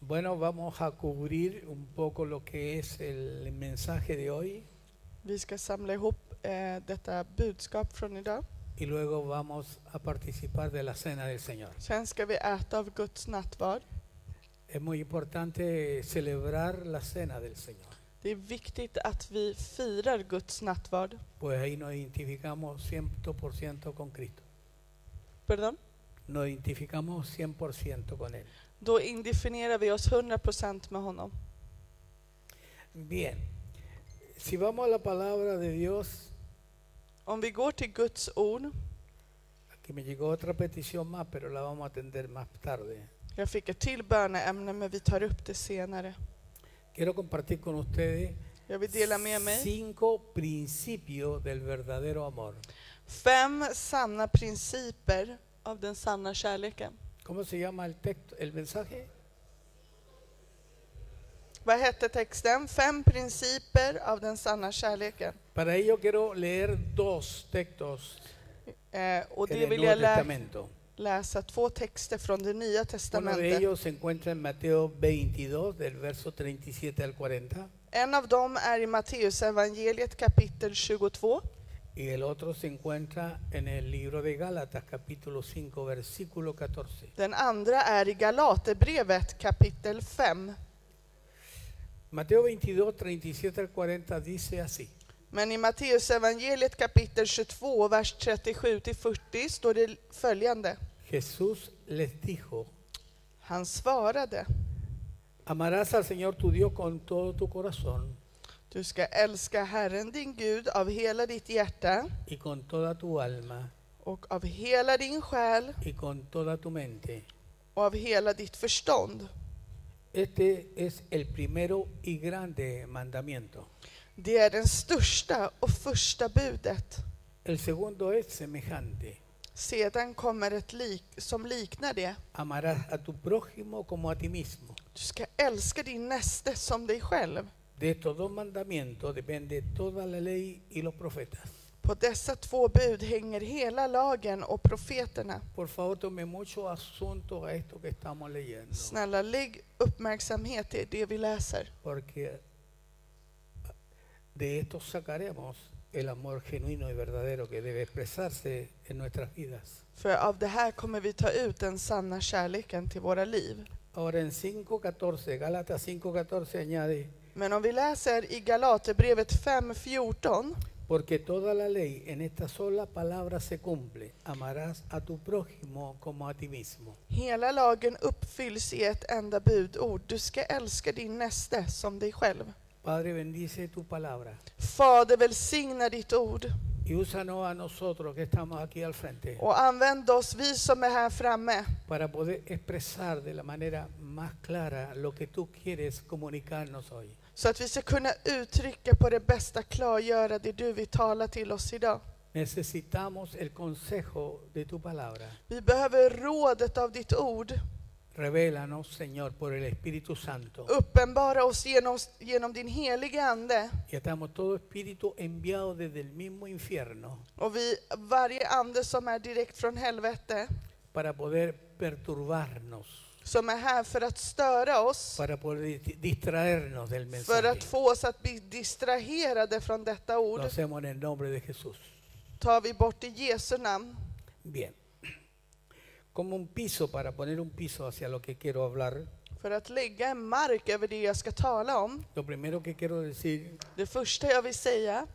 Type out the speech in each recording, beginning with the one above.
Bueno, vamos a cubrir un poco lo que es el mensaje de hoy Vi ska samla ihop eh, detta budskap från idag. y luego vamos a participar de la cena del Señor. Sen ska vi äta av Guds nattvard. Es muy importante celebrar la cena del Señor, Det är viktigt att vi firar Guds nattvard. pues ahí nos identificamos 100% con Cristo, Pardon? nos identificamos 100% con Él. Då indefinierar vi oss 100% med honom. Bien, si vamos a la palabra de Dios, Om vi går till Guds ord, aquí me llegó otra petición más, pero la vamos a atender más tarde. jag fick ett till böneämne men vi tar upp det senare. Quiero compartir con ustedes Jag vill dela med mig cinco principios del verdadero amor. fem sanna principer av den sanna kärleken. ¿Cómo se llama el texto, el mensaje? Vad hette texten? Fem principer av den sanna kärleken. Para ello quiero leer dos textos Eh, och en det el vill Nuevo jag lä Testamento. läsa två texter från det nya Uno de testamentet. ellos se encuentra en Mateo 22, del verso 37 al 40, En av dem är i Matteusevangeliet kapitel 22 y el otro se encuentra en el libro de Gálatas, capítulo 5, versículo 14. Den andra är i Galaterbrevet kapitel 5. Mateo 22, 37 al 40 dice así. Men i Matteusevangeliet kapitel 22, vers 37-40 står det följande. Jesús les dijo, Han svarade, amarás al Señor tu Dios con todo tu corazón du ska älska Herren din Gud av hela ditt hjärta y con toda tu alma och av hela din själ y con toda tu mente. och av hela ditt förstånd. Este es el primero y grande mandamiento. Det är den största och första budet. El segundo es semejante. Sedan kommer ett lik som liknar det. Amarás a tu prójimo como a ti mismo. Du ska älska din näste som dig själv. De estos dos mandamientos depende toda la ley y los profetas. På dessa två bud hänger hela lagen och profeterna. Por favor, tome mucho asunto a esto que estamos leyendo, Snälla, lägg uppmärksamhet till det vi läser. porque de esto sacaremos el amor genuino y verdadero que debe expresarse en nuestras vidas. För av det här kommer vi ta ut den sanna kärleken till våra liv. Ahora en 5.14, Gálatas 5.14 añade, Men om vi läser i Galaterbrevet 5.14. Porque toda la ley en esta sola palabra se cumple. Amarás a tu prójimo como a ti mismo. Hela lagen uppfylls i ett enda budord. Du ska älska din näste som dig själv. Padre, bendice tu palabra Fader, välsigna ditt ord. y úsanos a nosotros que estamos aquí al frente Och använd oss, vi som är här framme, para poder expresar de la manera más clara lo que tú quieres comunicarnos hoy. så att vi ska kunna uttrycka på det bästa, klargöra det du vill tala till oss idag. Necesitamos el consejo de tu palabra. Vi behöver rådet av ditt ord. Revélanos, Señor, por el Espíritu Santo. Uppenbara oss genom, genom din heliga Ande. Y atamos todo espíritu enviado desde el mismo infierno Och vi, varje ande som är direkt från helvete, para poder perturbarnos. som är här för att störa oss, para poder dist- distraernos del för mensaje. att få oss att bli distraherade från detta ord, Lo hacemos en el nombre de Jesús. tar vi bort i Jesu namn. Bien. Como un piso, para poner un piso hacia lo que quiero hablar, För att lägga en mark över det jag ska tala om. lo primero que quiero decir, Det första jag vill säga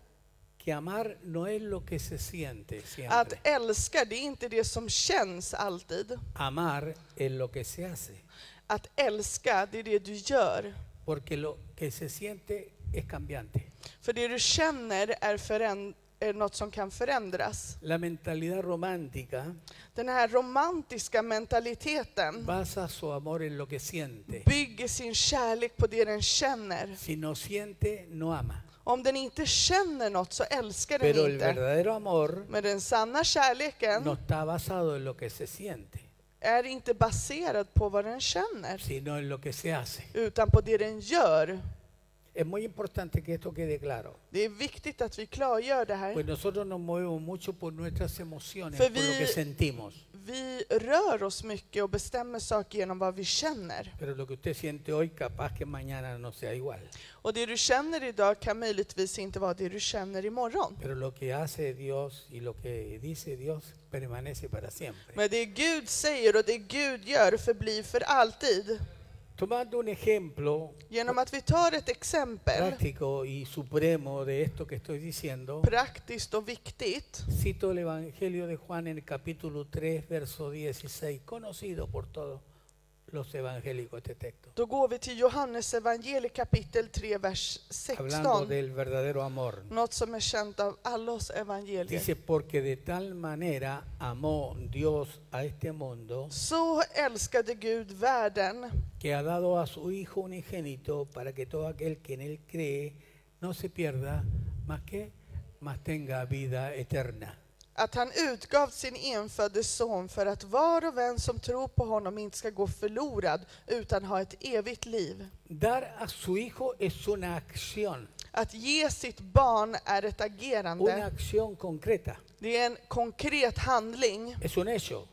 que amar no es lo que se siente Att siempre. älska, det är inte det som känns alltid. Amar es lo que se hace, Att älska, det är det du gör. porque lo que se siente es cambiante. För det du känner är, föränd- är något som kan förändras. La mentalidad romántica Den här romantiska mentaliteten basa su amor en lo que siente. bygger sin kärlek på det den känner. Si no siente, no ama. Om den inte känner något så älskar den Pero el inte. verdadero amor Men den sanna no kärleken está basado en lo que se siente, är inte baserad på vad den känner, sino en lo que se hace. utan på det den gör. Es muy importante que esto quede claro. Det är viktigt att vi klargör det här. Pues nosotros nos movemos mucho por nuestras emociones, Fue por lo que vi- sentimos. Vi rör oss mycket och bestämmer saker genom vad vi känner. Pero lo que usted siente hoy capaz que mañana no sea igual. Och det du känner idag kan möjligtvis inte vara det du känner imorgon. Pero lo que hace Dios y lo que dice Dios permanece para siempre. Men det Gud säger och det Gud gör förblir för alltid. Tomando un ejemplo Genom att vi tar ett exempel, práctico y supremo de esto que estoy diciendo, praktiskt och viktigt, cito el Evangelio de Juan en el capítulo 3, verso 16, conocido por todos los evangélicos este texto, då går vi till Johannes evangeliet kapitel 3, vers hablando 16. del verdadero amor. Något som är känt av alla oss evangelier. Dice, porque de tal manera amó Dios a este mundo Så älskade Gud världen que ha dado a su Hijo unigénito para que todo aquel que en Él cree no se pierda, más que más tenga vida eterna. att han utgav sin enfödde son för att var och en som tror på honom inte ska gå förlorad utan ha ett evigt liv. Dar a su Hijo es una acción, Att ge sitt barn är ett una agerande. acción concreta, Det är en konkret handling. es un hecho,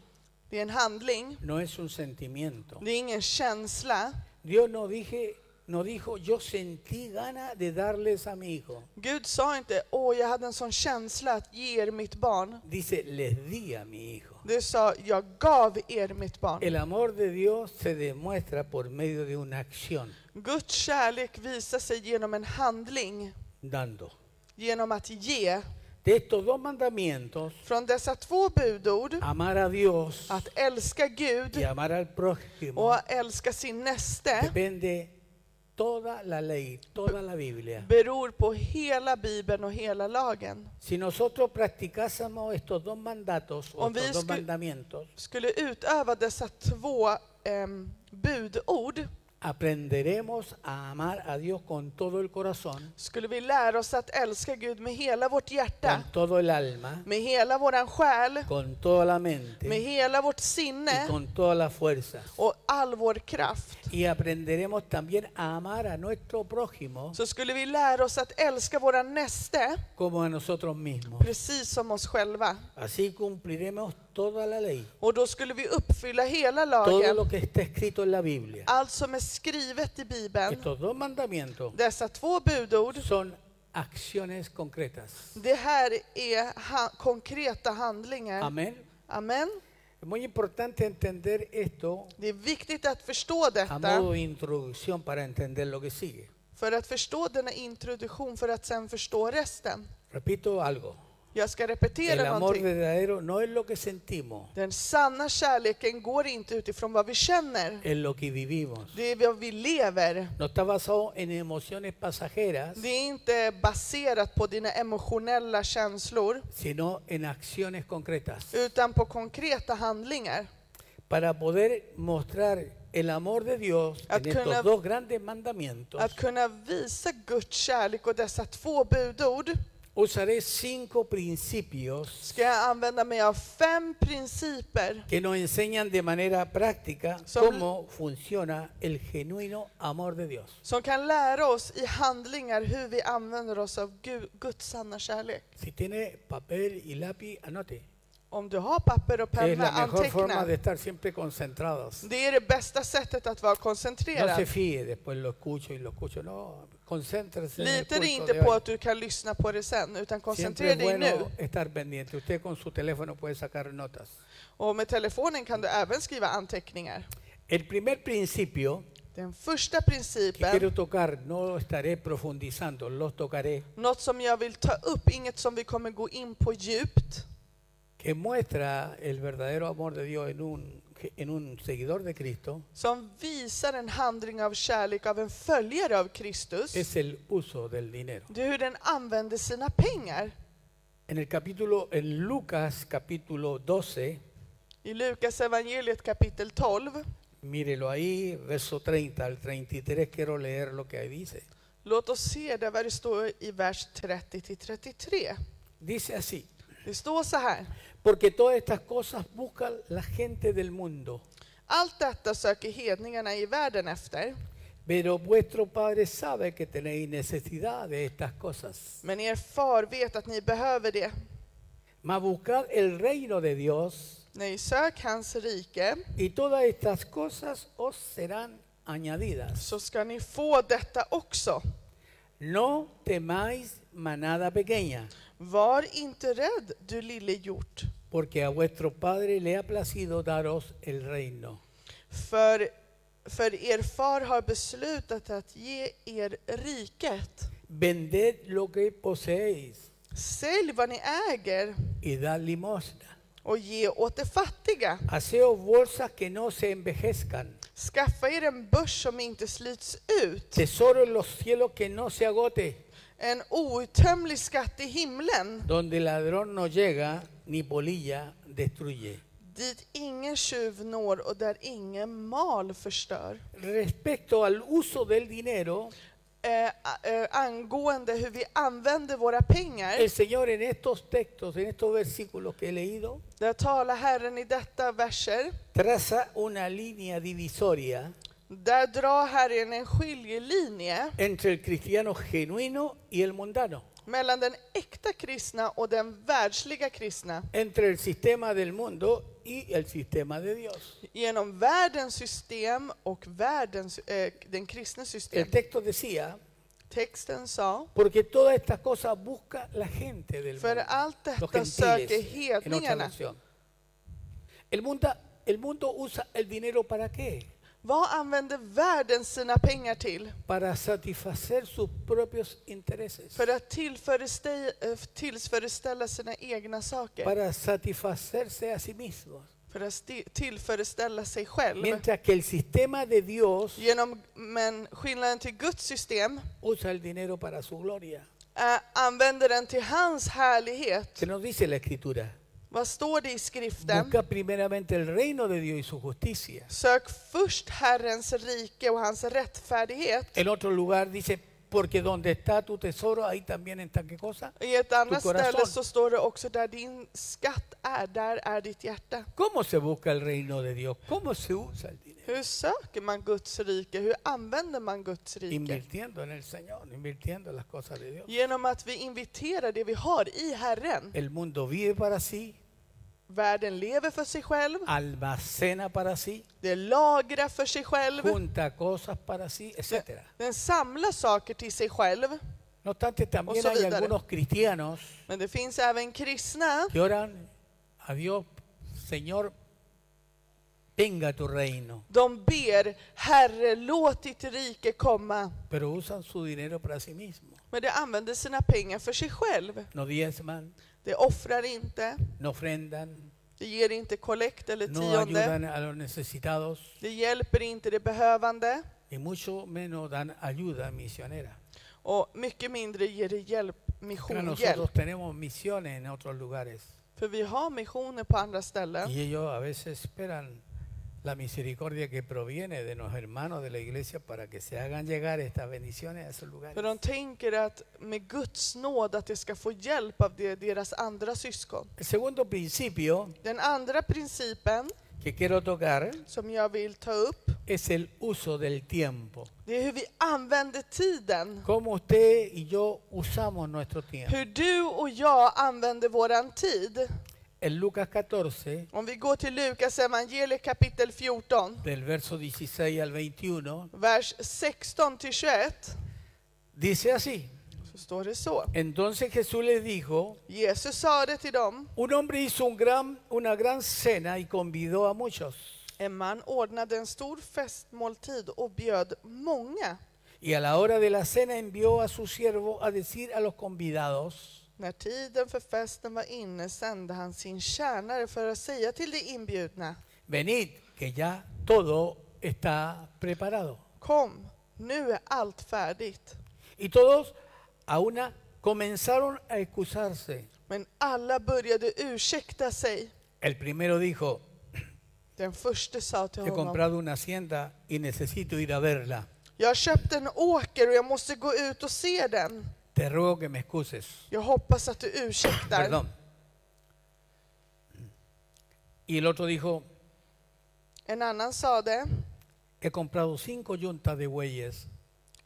Det är en handling. no es un sentimiento. Det är ingen känsla. Dios no, dije, no dijo, yo sentí gana de darles a mi Hijo. Gud sa inte åh, jag hade en sån känsla att ge er mitt barn. Dice, les di a mi Hijo. Det sa, jag gav er mitt barn. El amor de Dios se demuestra por medio de una acción, Guds kärlek visar sig genom en handling, dando. genom att ge. De estos dos mandamientos, Från dessa två budord, amar a Dios att älska y Gud amar al prójimo, och att älska sin näste, depende toda la ley, toda la Biblia. beror på hela Bibeln och hela lagen. Si nosotros practicásemos estos dos mandatos, o Om vi estos dos sku- mandamientos, Skulle utöva dessa två em, budord, aprenderemos a amar a Dios con todo el corazón, skulle vi lära oss att älska Gud med hela vårt hjärta, con todo el alma, med hela våran själ, con toda la med mente hela vårt y sinne con todas las fuerzas. och all vår kraft. Y aprenderemos también a amar a nuestro prójimo Så skulle vi lära oss att älska våra näste como a nosotros mismos. precis som oss själva. Así cumpliremos toda la ley, Och då skulle vi uppfylla hela todo lagen. lo que está escrito en la Biblia. Allt som är skrivet i Bibeln, Estos dos mandamientos dessa två budord, son acciones concretas. det här är ha konkreta handlingar. Amén. Amen. Es muy importante entender esto Det är viktigt att förstå a modo detta, de introducción para entender lo que sigue. för att förstå denna introduktion, för att sen förstå resten. Repito algo. Jag ska El repetera amor någonting. verdadero no es lo que sentimos, Den sanna kärleken går inte utifrån vad vi känner, es lo que vivimos. det är vad vi lever. No está basado en emociones pasajeras, Det är inte baserat på dina emotionella känslor, sino en acciones concretas. utan på konkreta handlingar. Para poder mostrar el amor de Dios en Acuna- estos dos grandes mandamientos, Att kunna visa Guds kärlek och dessa två budord usaré cinco principios ska jag använda mig av fem principer que nos enseñan de manera práctica Son- cómo funciona el genuino amor de Dios. som kan lära oss i handlingar hur vi använder oss av Gu- Guds sanna kärlek. Si tiene papel y lápiz, anote. Om du har papper och Es penna, la mejor forma de anteckna. estar siempre concentrados. Det är det bästa sättet att vara No se koncentrerad. fíe, después lo escucho y lo escucho. No, concéntrese en el Lita dig culto de inte på hoy. att du kan lyssna på det sen, utan Siempre koncentrera es dig nu. bueno estar pendiente. Usted con su teléfono puede sacar notas. Och med telefonen kan du även skriva anteckningar. El primer principio Den första que quiero principen, tocar, no lo estaré profundizando, los tocaré, något som jag vill ta upp, inget som vi kommer gå in på djupt, que muestra el verdadero amor de Dios en un, en un seguidor de Cristo, som visar en handling av kärlek av en följare av Kristus, es el uso del dinero. det är hur den använder sina pengar. En el capítulo, en Lucas capítulo 12, I Lukas evangeliet kapitel 12, mírelo ahí, verso 30 al 33, quiero leer lo que ahí dice. låt oss se där vad det står i vers 30-33. Dice así, Det står så här. porque todas estas cosas busca la gente del mundo, Allt detta söker hedningarna i världen efter, pero vuestro Padre sabe que tenéis necesidad de estas cosas. men er far vet att ni behöver det. Mas buscad el reino de Dios Nej, sök hans rike Y todas estas cosas os serán añadidas. så ska ni få detta också. No temáis manada pequeña, Var inte rädd, du lille hjort, porque a vuestro Padre le ha placido daros el reino. för, för er far har beslutat att ge er riket. Vended lo que poseéis Sälj vad ni äger y dad limosna. och ge åt de fattiga. Haceos bolsas que no se envejezcan, Skaffa er en börs som inte slits ut, tesoro en los cielos que no se agote, en outtömlig skatt i himlen, donde el ladrón no llega ni polilla destruye. dit ingen tjuv når och där ingen mal förstör. Respecto al uso del dinero, Eh, a- eh, angående hur vi använder våra pengar, el Señor en estos textos, en estos versículos que he leído, där talar Herren i detta verser, traza una línea divisoria där drar Herren en skiljelinje entre el cristiano genuino y el mundano, mellan den äkta kristna och den världsliga kristna, entre el sistema del mundo y el sistema de Dios. genom världens system och världens, eh, den kristna system. El texto decía, Texten sa, porque todas estas cosas busca la gente del för mundo. allt Los detta söker gentiles, en otra hedningarna. versión. El mundo, el mundo usa el dinero para qué? Vad använder världen sina pengar till? Para satisfacer sus propios intereses, För att tillföreste- eh, tillföreställa sina egna saker. para satisfacerse a sí mismos. För att sti- tillföreställa sig själv. Mientras que el sistema de Dios Genom, men skillnaden till Guds system usa el dinero para su gloria. eh, använder den till hans härlighet. Se nos dice la Escritura, Vad står det i skriften? busca primeramente el reino de Dios y su justicia. Sök först Herrens rike och hans rättfärdighet. En otro lugar dice, porque donde está tu tesoro, ahí también está qué cosa. I ett annat corazón. ställe så står det också där din skatt är, där är ditt hjärta. ¿Cómo se busca el reino de Dios? ¿Cómo se usa el dinero? Hur söker man Guds rike? Hur använder man Guds rike? Invirtiendo en el Señor, invirtiendo en las cosas de Dios. Genom att vi inviterar det vi har i Herren. El mundo vive para sí, Världen lever för sig själv, almacena para sí, det lagrar för sig själv, junta cosas para sí, etcétera. den samlar saker till sig själv. No obstante, también Oso hay vidare. algunos cristianos Men det finns även kristna que oran a Dios, Señor, venga tu reino, de ber Herre, låt ditt rike komma. pero usan su dinero para sí mismos. Men de använder sina pengar för sig själv. No diezman, De offrar inte, no ofrendan, de ger inte kollekt eller no tionde, ayudan a los necesitados, de hjälper inte de behövande y mucho menos dan ayuda misionera. och mycket mindre ger de hjälp, Ahora nosotros missionhjälp. tenemos misiones en otros lugares. För vi har missioner på andra ställen Y ellos a veces esperan la misericordia que proviene de los hermanos de la iglesia para que se hagan llegar estas bendiciones a esos För lugares. de tänker att med Guds nåd att de ska få hjälp av de, deras andra syskon. El segundo principio Den andra principen que quiero tocar som jag vill ta upp, es el uso del tiempo. det är hur vi använder tiden. Cómo usted y yo usamos nuestro tiempo. Hur du och jag använder våran tid. En Lucas 14, Om vi går till Lukas evangeliet kapitel 14, del verso 16 al 21, vers 16 till 21, dice así. så står det så. Entonces Jesús les dijo, Jesus sa det till dem, un hombre hizo un gran, una gran cena y convidó a muchos. en man ordnade en stor festmåltid och bjöd många. Y a la hora de la cena envió a su siervo a decir a los convidados, När tiden för festen var inne sände han sin tjänare för att säga till de inbjudna, venid, que ya todo está preparado. kom, nu är allt färdigt. Y todos a una comenzaron a excusarse. Men alla började ursäkta sig. El primero dijo, Den första sa till he honom, comprado una hacienda y necesito ir a verla. jag har köpt en åker och jag måste gå ut och se den. Te ruego que me excuses. Jag hoppas att du ursäktar. Perdón. Y el otro dijo, En annan sa det, he comprado cinco yuntas de bueyes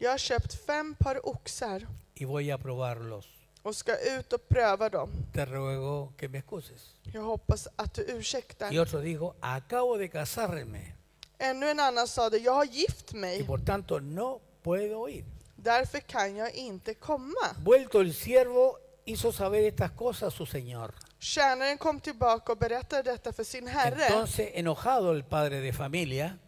jag har köpt fem par oxar y voy a probarlos. och ska ut och pröva dem. Te ruego que me excuses. Jag hoppas att du Y ursäktar. otro dijo, acabo de casarme Ännu en annan sade, jag har gift y mig, por tanto no puedo ir. därför kan jag inte komma. Vuelto el siervo, hizo saber estas cosas a su señor. Tjänaren kom tillbaka och berättade detta för sin herre. Entonces, enojado el padre de familia,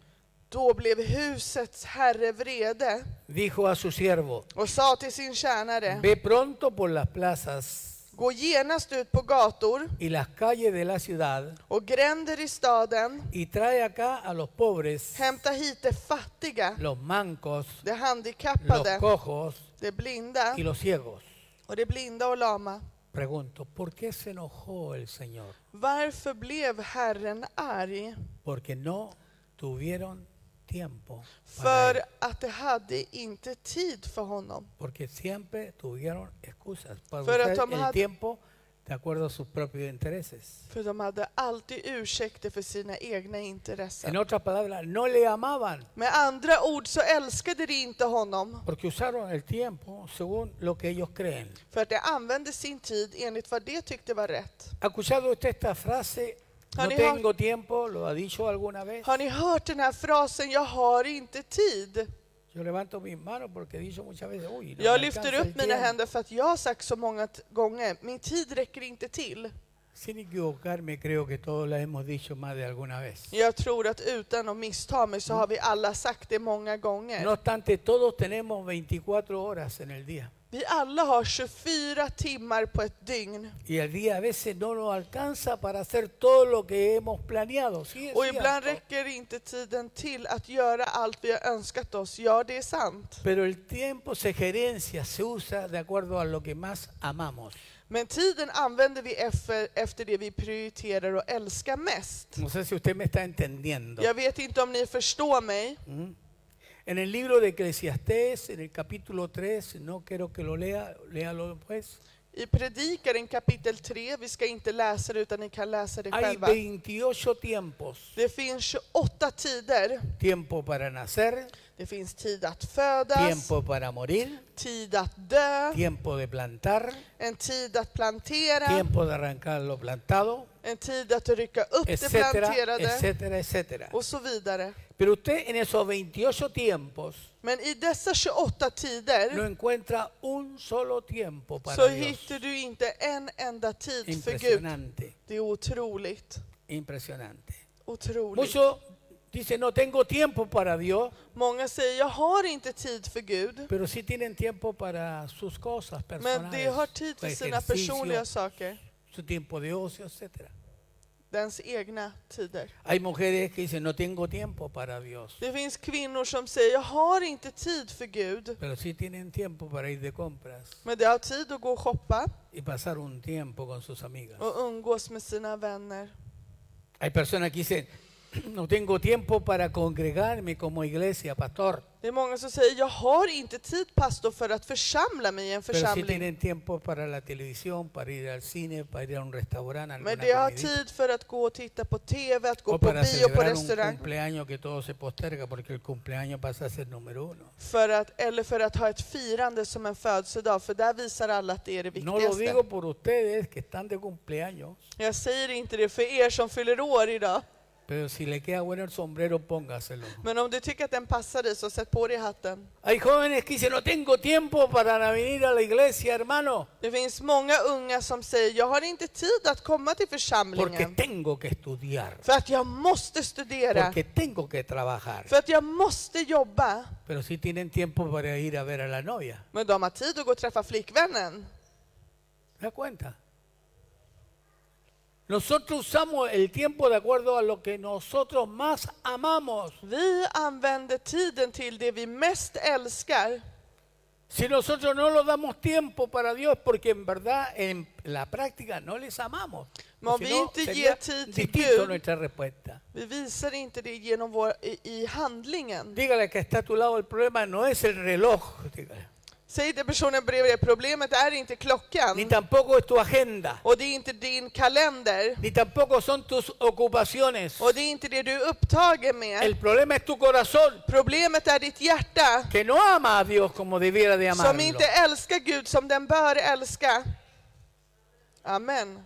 Då blev husets herre vrede dijo a su siervo, och sa till sin tjänare, ve pronto por las plazas gå genast ut på gator y las calles de la ciudad och gränder i staden, y trae acá a los pobres, hämta hit de fattiga, los mancos, de los handikappade, cojos de blinda y los ciegos. och de blinda och lama. Pregunto, ¿por qué se enojó el Señor? Varför blev Herren arg? Porque no tuvieron tiempo. para För él, att de hade inte tid för honom. porque siempre tuvieron excusas para Pero usar Tom el had- tiempo de acuerdo a sus propios intereses. För de hade alltid ursäkter för sina egna En intressen. otras palabras, no le amaban Med andra ord så älskade de inte honom porque usaron el tiempo según lo que ellos creen. för att de använde sin tid enligt vad de tyckte var rätt. ¿Ha escuchado usted esta frase? No Honey, hon- tengo tiempo, lo ha dicho alguna vez. Har ni hört den här frasen ”Jag har inte tid”? Yo levanto mis manos porque he dicho muchas veces, uy, no me Jag alcanza lyfter el upp mina tiempo. händer för att jag har sagt så många t- gånger, min tid räcker inte till. Sin equivocarme, creo que todos la hemos dicho más de alguna vez. Jag tror att utan att missta mig så har vi alla sagt det många No gånger. obstante, todos tenemos 24 horas en el día. Vi alla har 24 timmar på ett dygn. Y el día a veces no nos alcanza para hacer todo lo que hemos planeado. Sí, es Och ibland cierto. räcker inte tiden till att göra allt vi har önskat oss. Ja, det är sant. Pero el tiempo se gerencia, se usa de acuerdo a lo que más amamos. Men tiden använder vi efter, efter det vi prioriterar och älskar mest. No sé si usted me está entendiendo. Jag vet inte om ni förstår mig. ¿Mm? En el libro de Eclesiastés, en el capítulo 3, no quiero que lo lea, léalo pues. I Predikaren kapitel 3, vi ska inte läsa det utan ni kan läsa det Hay själva. 28 tiempos. Det finns 28 tider. Tiempo para nacer, Det finns tid att födas, tiempo para morir, tid att dö, tiempo de plantar, en tid att plantera, tiempo de arrancar lo plantado, en tid att rycka upp det etcétera, planterade etcétera, etcétera. och så vidare. Pero usted en esos 28 tiempos Men i dessa 28 no tider encuentra un solo tiempo para så Dios. hittar du inte en enda tid för Gud. Impresionante, Det är otroligt. impresionante. Otroligt. Muchos dicen, no tengo tiempo para Dios, Många säger jag har inte tid för Gud, pero sí tienen tiempo para sus cosas men de har personales, tid su för sina personliga ejercicio, saker. su tiempo de ocio, etcétera. Dens egna tider. Hay mujeres que dicen, no tengo tiempo para Dios, Det finns kvinnor som säger jag har inte tid för Gud, pero sí tienen tiempo para ir de compras men de har tid att gå och shoppa y pasar un tiempo con sus amigas. och umgås med sina vänner. Hay personas que dicen, no tengo tiempo para congregarme como iglesia, pastor, Det är många som säger jag har inte tid pastor för att församla mig i en pero sí församling, tienen tiempo para la televisión, para ir al cine, para ir a un restaurante, alguna men de har comidita, tid för att gå och titta på TV, att gå o på para bio, på celebrar un restaurang, cumpleaños que todo se posterga porque el cumpleaños pasa a ser número uno. för att, eller för att ha ett firande som en födelsedag, för där visar alla att det är det No lo viktigaste. digo por ustedes que están de cumpleaños, Jag säger inte det för er som fyller år idag, pero si le queda bueno el sombrero, póngaselo. men om du tycker att den passar dig så sätt på dig hatten. Hay jóvenes que dicen, no tengo tiempo para venir a la iglesia, hermano, Det finns många unga som säger jag har inte tid att komma till porque församlingen, tengo que estudiar, för att jag måste studera, porque tengo que trabajar. för att jag måste jobba. Pero sí tienen tiempo para ir a ver a la novia. Men de har tid att gå och träffa flickvännen. ¿Se da cuenta? Nosotros usamos el tiempo de acuerdo a lo que nosotros más amamos. Vi använder tiden till det vi mest älskar. Si nosotros no lo damos tiempo para Dios, porque en verdad en la práctica no les amamos. No, Si vi no, inte sería ger tid till distinto Gud. nuestra respuesta. Vi visar inte det genom vår, i, i handlingen. Dígale que está a tu lado el problema no es el reloj. dígale. Säg till personen bredvid dig, problemet är inte ni klockan tampoco es tu agenda, och det är inte din kalender ni tampoco son tus ocupaciones. och det är inte det du är upptagen med. El problema es tu corazón, Problemet är ditt hjärta que no ama a Dios como debiera de som amarlo. inte älskar Gud som den bör älska. Amen.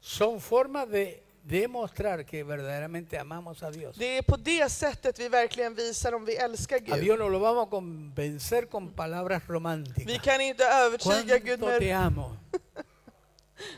Son formas de demostrar que verdaderamente amamos a Dios. Det är på det sättet vi verkligen visar om vi älskar A Gud. Dios no lo vamos a convencer con palabras Vi románticas. kan inte övertyga Gud ¿Cuánto te med, amo?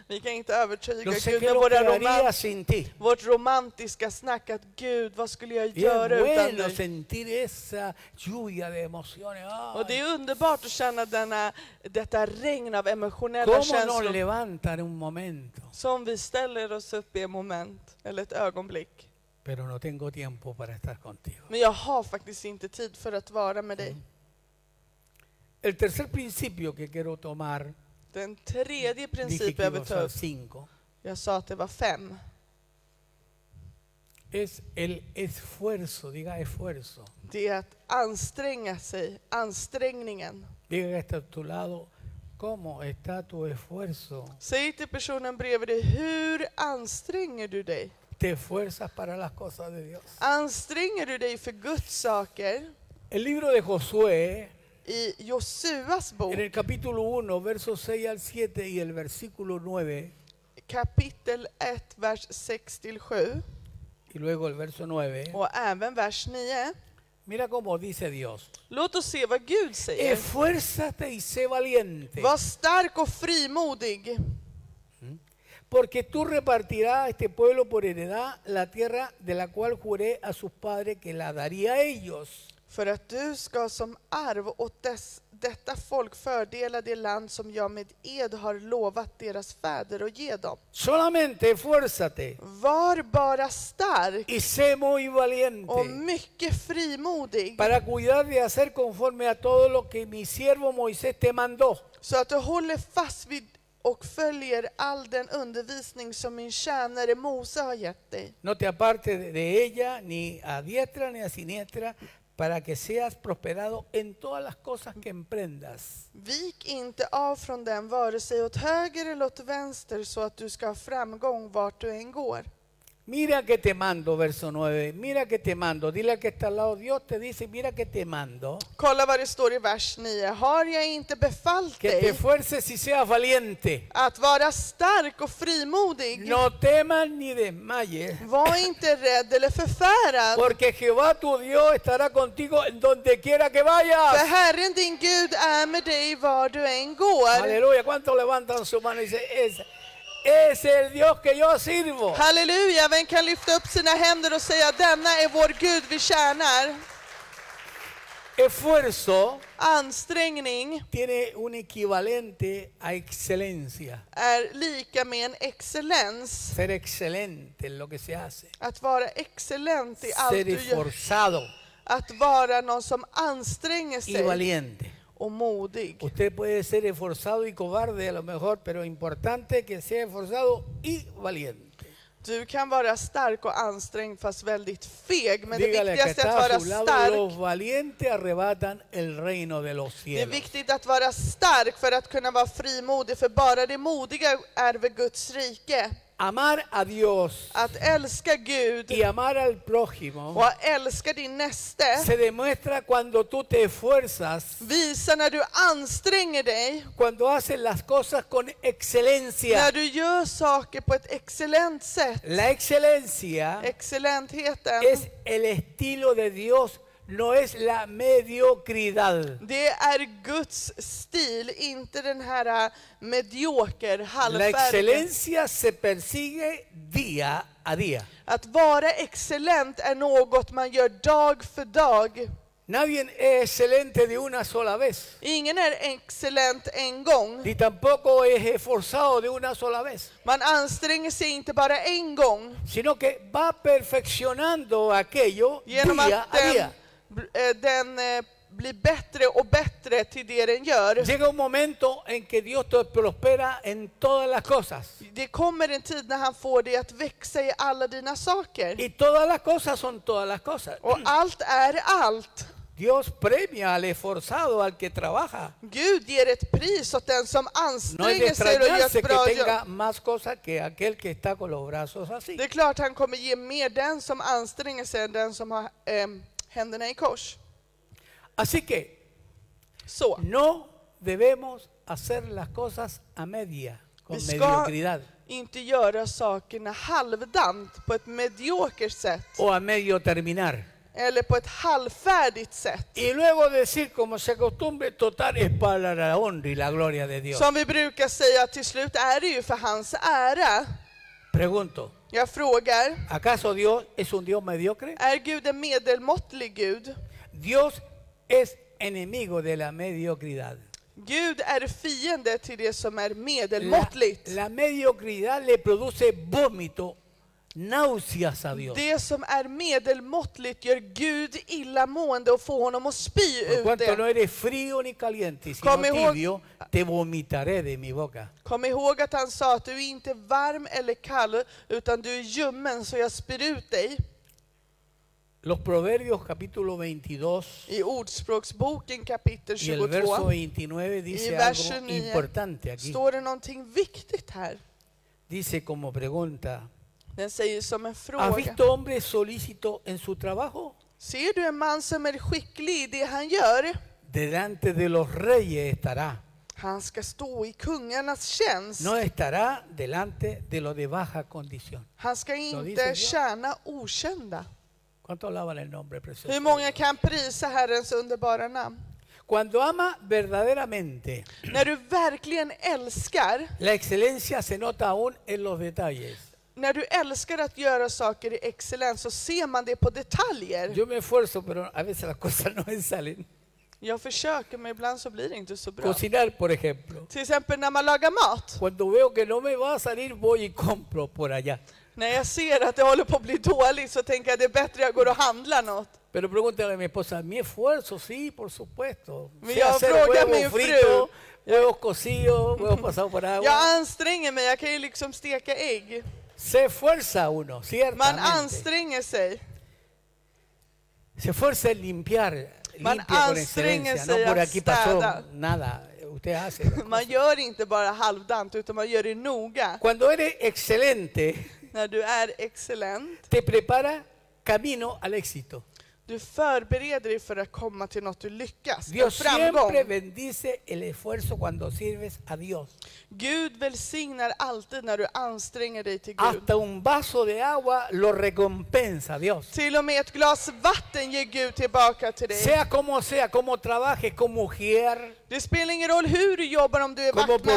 vi kan inte övertyga Yo sé Gud que med lo våra que haría roman, sin ti. vårt romantiska snack att Gud, vad skulle jag Y es göra utan bueno dig? sentir esa lluvia de emociones. Ay, Och det är underbart att känna denna, detta regn av emotionella ¿Cómo nos känslor levanta en un momento? som vi ställer oss upp i ett moment, eller ett ögonblick. Pero no tengo tiempo para estar contigo. Men jag har faktiskt inte tid för att vara med dig. El tercer principio que quiero tomar, Den tredje dije princip que jag iba vill a ta ser upp, cinco, jag sa att det var fem, es el esfuerzo. Diga esfuerzo. det är att anstränga sig, ansträngningen. Diga que está a tu lado. ¿Cómo está tu esfuerzo? Säg till personen bredvid dig, hur anstränger du dig? ¿Te esfuerzas para las cosas de Dios? Anstränger du dig för Guds saker? El libro de Josué, I Josuas bok, en el capítulo 1, versos 6 al 7 y el versículo 9, kapitel 1, vers 6-7. y luego el verso 9, Och även vers 9. mira cómo dice Dios. Låt oss se vad Gud säger. Esfuérzate y sé valiente, Var stark och frimodig, porque tú repartirás a este pueblo por heredad la tierra de la cual juré a sus padres que la daría a ellos. för att du ska som arv åt dess, detta folk fördela det land som jag med ed har lovat deras fäder att ge dem. Solamente esfuérzate Var bara stark y sé muy och valiente mycket frimodig, para cuidar de hacer conforme a todo lo que mi siervo Moisés te mandó. så att du håller fast vid och följer all den undervisning som min tjänare Mose har gett dig. No te apartes de- de ella ni a diestra ni a siniestra para que seas prosperado en todas las cosas que emprendas. Vik inte av från den vare sig åt höger eller åt vänster så att du ska ha framgång vart du än går. Mira que te mando, verso 9, mira que te mando. Dile al que está al lado, Dios te dice, mira que te mando. Kolla vad det står i vers 9. Har jag inte befallt Que te dig esfuerces y seas valiente. att vara stark och frimodig? No temas ni desmayes, Var inte rädd eller förfärad, porque Jehová tu Dios estará contigo en donde quiera que för vayas. Herren din Gud är med dig var du än går. Aleluya, ¿cuántos levantan su mano y dicen, es, es el Dios que yo sirvo? Halleluja, vem kan lyfta upp sina händer och säga denna är vår Gud vi tjänar? Esfuerzo Ansträngning tiene un equivalente a excelencia. är lika med en excellens. Ser excelente en lo que se hace. Att vara excellent i allt Ser du gör. esforzado Att vara någon som anstränger y sig valiente. och modig. Usted puede ser esforzado y cobarde a lo mejor, pero importante que sea esforzado y valiente. Du kan vara stark och ansträngd fast väldigt feg. Men det Dígale que viktigaste är está att a vara su lado, stark. los valientes arrebatan el reino de los Det är cielos. viktigt att vara stark för att kunna vara frimodig. För bara det modiga ärver Guds rike. Amar a Dios Att älska Gud y amar al prójimo och att älska din näste se demuestra cuando tú te esfuerzas, visa när du anstränger dig. cuando haces las cosas con excelencia. När du gör saker på ett excellent sätt. La excelencia Excellentheten. es el estilo de Dios, no es la mediocridad. Det är Guds stil, inte den här äh, medioker, La halvfärdiga. excelencia se persigue día a día. Att vara excellent är något man gör dag för dag. Nadie es excelente de una sola vez, Ingen är excellent en gång. ni tampoco es esforzado de una sola vez, Man anstränger sig inte bara en gång. sino que va perfeccionando aquello Genom día att a den, día. bl- eh, den eh, blir bättre och bättre till det den gör. Llega un momento en que Dios te prospera en todas las cosas. Det kommer en tid när han får dig att växa i alla dina saker. ah. Y todas las cosas son todas las cosas. Och allt är allt. Dios premia al esforzado, al que trabaja. Gud ger ett pris åt den som No es de anstränger sig och gör extrañarse ett que bra jobb. tenga más cosas que aquel que está con los brazos así. Det är klart han kommer ge mer den som anstränger sig än den som har eh, händerna i kors. Así que Så, no debemos hacer las cosas a media, con vi ska mediocridad inte göra sakerna halvdant på ett mediokert sätt o a medio terminar. eller på ett halvfärdigt sätt. Y luego decir, como se acostumbre, total es para la honra y la gloria de Dios. Som vi brukar säga, till slut är det ju för hans ära. Pregunto, Jag frågar, ¿acaso Dios es un Dios mediocre? är Gud en medelmåttlig Gud? Dios es enemigo de la mediocridad. Gud är fiende till det som är La, medelmåttligt. la mediocridad le produce vómito, náuseas a Dios. Det som är medelmåttligt gör Gud illamående och får honom att spy Por ut cuanto no det. eres frío ni caliente, sino Come on. tibio, te vomitaré de mi boca. Kom ihåg att han sa att du är inte varm eller kall, utan du är ljummen så jag spyr ut dig. Los Proverbios capítulo 22 I Ordspråksboken kapitel y el verso 22 29 Y dice verso algo 9. importante aquí. står det någonting viktigt här. Dice como pregunta, Den säger som en ¿has fråga. visto hombre solícito en su trabajo? Ser du en man som är skicklig i det han gör? Delante de los reyes estará, Han ska stå i kungarnas tjänst. no estará delante de los de baja condición. Han ska dice inte Gud. tjäna okända. ¿Cuánto alaban el nombre precioso? Hur de många Dios? kan prisa Herrens underbara namn? Cuando ama verdaderamente, När du verkligen älskar, la excelencia se nota aún en los detalles. när du älskar att göra saker i excellens så ser man det på detaljer. Yo me esfuerzo, pero a veces las cosas no me salen. Jag försöker men ibland så blir det inte så bra. Cocinar, por ejemplo. Till exempel när man lagar mat. Cuando veo que no me va a salir, voy y compro por allá. När jag ser att det håller på att bli dåligt så tänker jag att det är bättre jag går och handlar något. Pero pregúntale a mi esposa, mi esfuerzo, sí, por supuesto. Mi Sé hacer afro, ya huevos mi fritos, huevos cocidos, huevos pasados por agua. Jag anstränger mig, jag kan ju liksom steka ägg. Se esfuerza uno, Man ciertamente. anstränger sig. Se esfuerza en limpiar, Man limpia con anstrenga excelencia. sig No por att aquí pasó städa. nada, usted hace. las Man cosas. gör inte bara halvdant utan man gör det noga. Cuando eres excelente, När du är excellent, te prepara camino al éxito. du förbereder dig för att komma till något du lyckas, en Dios siempre framgång. bendice el esfuerzo cuando sirves a Dios. Gud välsignar alltid när du anstränger dig till Gud. Hasta un vaso de agua lo recompensa Dios. Till och med ett glas vatten ger Gud tillbaka till dig. Sea como sea, como trabajes, como mujer, Det spelar ingen roll hur du jobbar, om du är Como portero.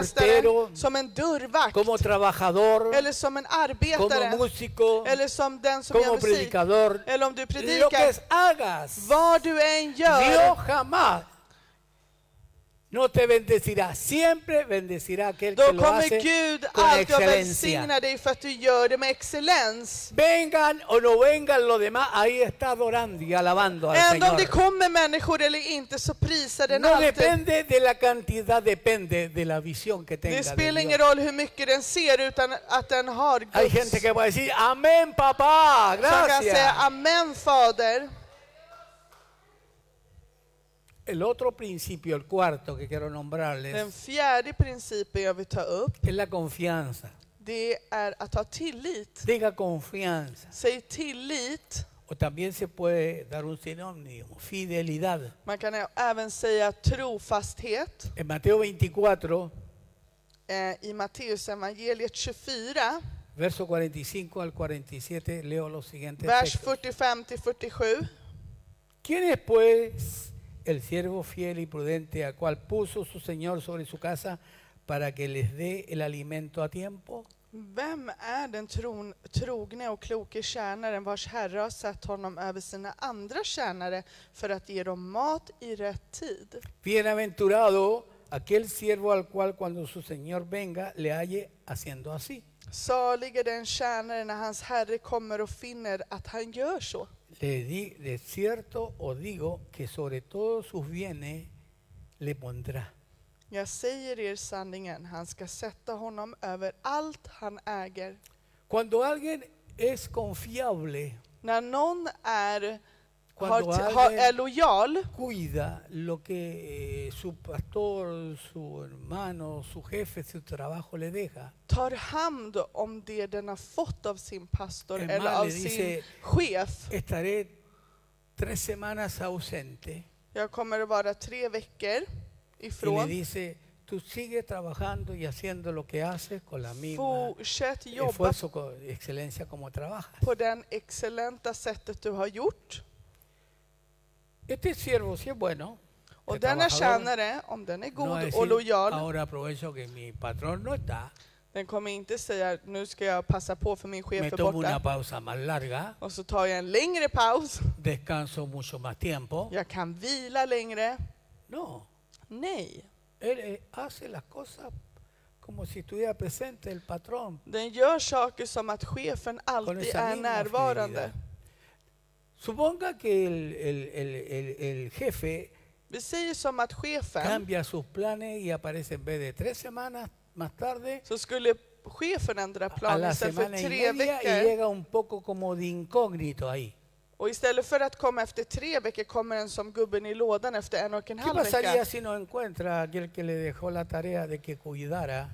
vaktmästare, som en dörrvakt, como trabajador, eller som en como arbetare, músico, eller som den som gör como musik, predicador. eller om du Lo que predikar. hagas, Vad du än gör, Dios jamás no te bendecirá. Siempre bendecirá a aquel Då que lo kommer hace Gud con alltid att excelencia. välsigna dig för att du gör det med excellens. Vengan o no vengan los demás, ahí está adorando y alabando al Även om det Señor. kommer människor eller inte så prisar den No alltid. depende de la cantidad, depende de la visión que tenga. Det de spelar ingen Dios. roll hur mycket den ser utan att den har Hay Guds. gente que va a decir, amén papá, Som kan säga gracias. Amen Fader. El otro principio, el cuarto que quiero Den Em. nombrarles, fjärde principen jag vill ta upp, es la confianza. det är att ha tillit. Diga confianza. Säg tillit. O también se puede dar un sinónimo, fidelidad. Man kan ä- även säga trofasthet. En Mateo 24, Eh, I Matteusevangeliet 24, verso 45 al 47, leo los siguientes vers textos. 45 till 47. ¿Quién es pues el siervo fiel y prudente a cual puso su Señor sobre su casa para que les dé el alimento a tiempo? Vem är den tron, trogne och kloke tjänaren vars herre har satt honom över sina andra tjänare för att ge dem mat i rätt tid? Bienaventurado aquel siervo al cual cuando su Señor venga le halle haciendo así. Salig är den tjänare när hans herre kommer och finner att han gör så. Le di, de cierto os digo que sobre todos sus bienes le pondrá. Jag säger er sanningen, han ska sätta honom över allt han äger. Cuando alguien es confiable, När någon är har, Cuando ti- har, är alguien lojal cuida lo que eh, su pastor, su hermano, su jefe, su trabajo le deja, tar hand om det den har fått av sin pastor En eller Mali av sin dice- chef. estaré tres semanas ausente. Jag kommer att vara tre veckor Y le ifrån. dice, tú sigue trabajando y haciendo lo que haces con la misma Fortsätt jobba esfuerzo, con excelencia como trabajas. på den excellenta sättet du har gjort. Este siervo, si es bueno, Och el denna trabajador, tjänare, om den är no va a god decir, och lojal, ahora aprovecho que mi patrón no está, den kommer inte säga nu ska jag passa på för min me chef är tomo una borta. pausa más larga, Och så tar jag en längre paus. descanso mucho más tiempo. Jag kan vila längre. No, Nej. él eh, hace las cosas como si estuviera presente el patrón. Den gör saker som att chefen alltid esa är misma närvarande. fidelidad. Suponga que el, el- el- el- el jefe Vi säger som att chefen, cambia sus planes y aparece en vez de tres semanas más tarde så skulle chefen ändra a plan la istället för semana y tre media y veckor. llega un poco como de incógnito ahí. Och istället för att komma efter tre veckor kommer den som gubben i lådan efter en och en ¿Qué halv pasaría vecka. si no encuentra aquel que le dejó la tarea de que cuidara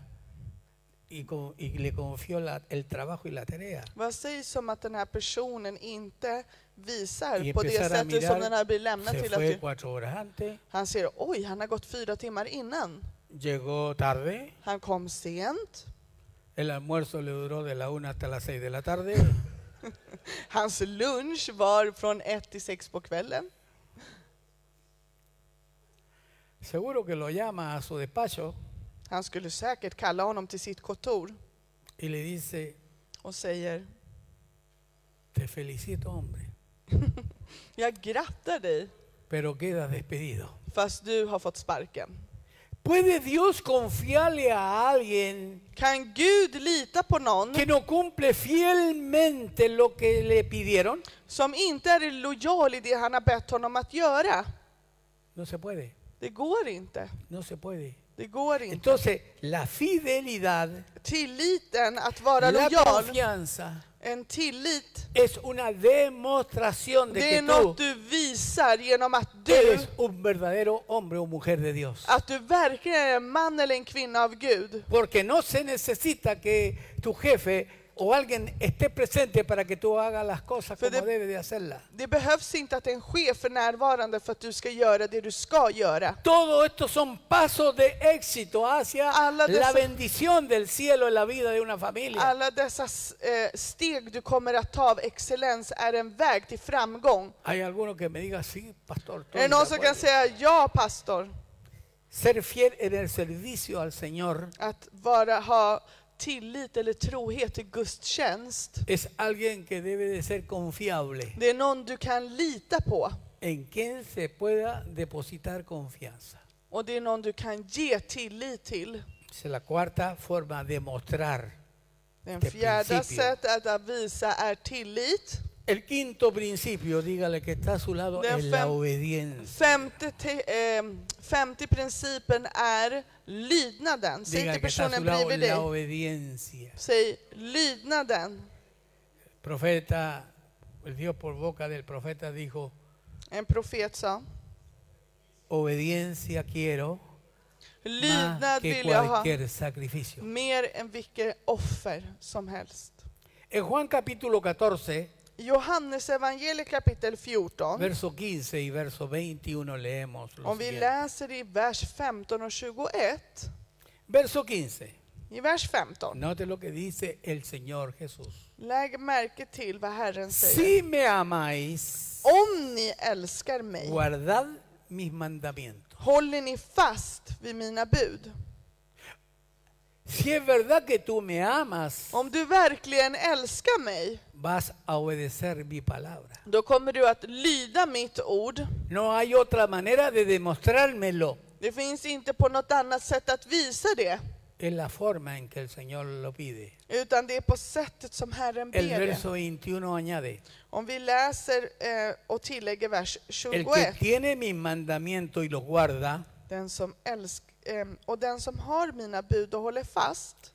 y, co- y le confió la- el trabajo y la tarea? Vad sägs om att den här personen inte visar Y på det empezar a sättet som mirar, den här blir lämnad se till? Att fue du, cuatro horas antes, han ser, oj, han har gått fyra timmar innan. llegó tarde, Han kom sent. el almuerzo le duró de la una hasta las seis de la tarde, Hans lunch var från ett till sex på kvällen. seguro que lo llama a su despacho Han skulle säkert kalla honom till sitt kontor y le dice, och säger te felicito hombre, Jag grattar dig, pero quedas despedido. fast du har fått sparken. ¿Puede Dios confiarle a alguien Kan Gud lita på någon que no cumple fielmente lo que le pidieron? som inte är lojal i det han har bett honom att göra? No se puede, Det går inte. no se puede. Det går inte. Entonces, la fidelidad, Tilliten att vara la lojal, confianza, en tillit, es una demostración de det är que något tú du visar genom att du, eres un verdadero hombre o mujer de Dios. att du verkligen är en man eller en kvinna av Gud. Porque no se necesita que tu jefe o alguien esté presente para que tú hagas las cosas Pero como de- debe de hacerlas. Det behövs inte att en chef är närvarande för att du ska göra det du ska göra. Todo esto son pasos de éxito hacia Habla de la esa- bendición del cielo en la vida de una familia. Alla dessa s- eh, steg du kommer att ta av excellens är en väg till framgång. Hay algunos que me digan, sí, pastor. Är estoy de det någon som acuerdo". kan säga ja, pastor? Ser fiel en el servicio al Señor Att vara, ha tillit eller trohet till gudstjänst. es alguien que debe de ser confiable, Det är någon du kan lita på en quien se pueda depositar confianza. och det är någon du kan ge tillit till. Esa es la cuarta forma de mostrar. Den Det fjärde principio. sättet att visa är tillit. El quinto principio, dígale que está a su lado, De es la fem- obediencia. Femte, te, eh, femte principen är lydnaden. Säg Diga till que está a personen su lado bredvid la dig. obediencia. Säg lydnaden. profeta, el Dios por boca del profeta dijo, En profet sa. obediencia quiero más Lydnad que vill jag ha cualquier sacrificio. mer än vilket offer som helst. En Juan capítulo 14, Johannes evangeliet kapitel 14. verso 15 y verso 21 leemos. lo Om vi siguiente. läser i vers 15 och 21. Verso 15, I vers 15. note lo que dice el Señor Jesús. Lägg märke till vad Herren säger. Si me amáis, Om ni älskar mig guardad mis mandamientos. håller ni fast vid mina bud. Si es verdad que tú me amas, Om du verkligen älskar mig, vas a obedecer mi palabra. då kommer du att lyda mitt ord. No hay otra manera de demostrármelo. Det finns inte på något annat sätt att visa det, Es la forma en que el Señor lo pide. utan det är på sättet som Herren El ber det. verso 21 añade, Om vi läser eh, och tillägger vers el que 21. tiene mis mandamientos y los guarda, Den som älsk, eh, och den som har mina bud och håller fast.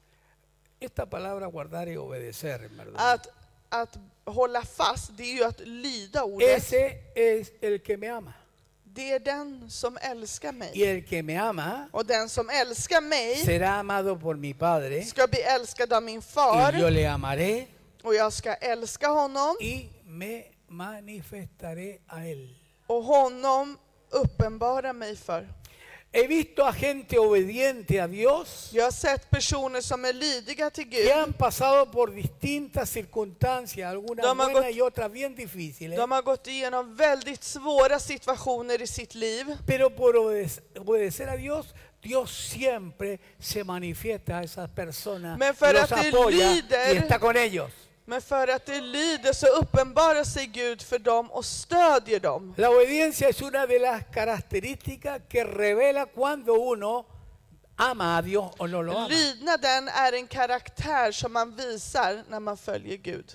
esta palabra guardar y obedecer, ¿verdad? Att att hålla fast, det är ju att lyda ordet. Ese es el que me ama. Det är den som älskar Y mig. el que me ama Och den som älskar mig será amado por mi Padre. ska bli älskad av min Y yo far le amaré och jag ska älska honom y me manifestaré a él. och honom uppenbara mig för. He visto a gente obediente a Dios Jag har sett personer som är lydiga till que Gud. han pasado por distintas circunstancias, algunas Toma, buenas Agust- y otras bien difíciles, De har gått igenom väldigt svåra situationer i sitt liv. pero por obede- obedecer a Dios, Dios siempre se manifiesta a esas personas, Me los farás el apoya líder. y está con ellos. Men för att de lyder så uppenbarar sig Gud för dem och stödjer dem. La obediencia es una de las características que revela cuando uno ama a Dios o no lo ama. Lydnaden är en karaktär som man visar när man följer Gud.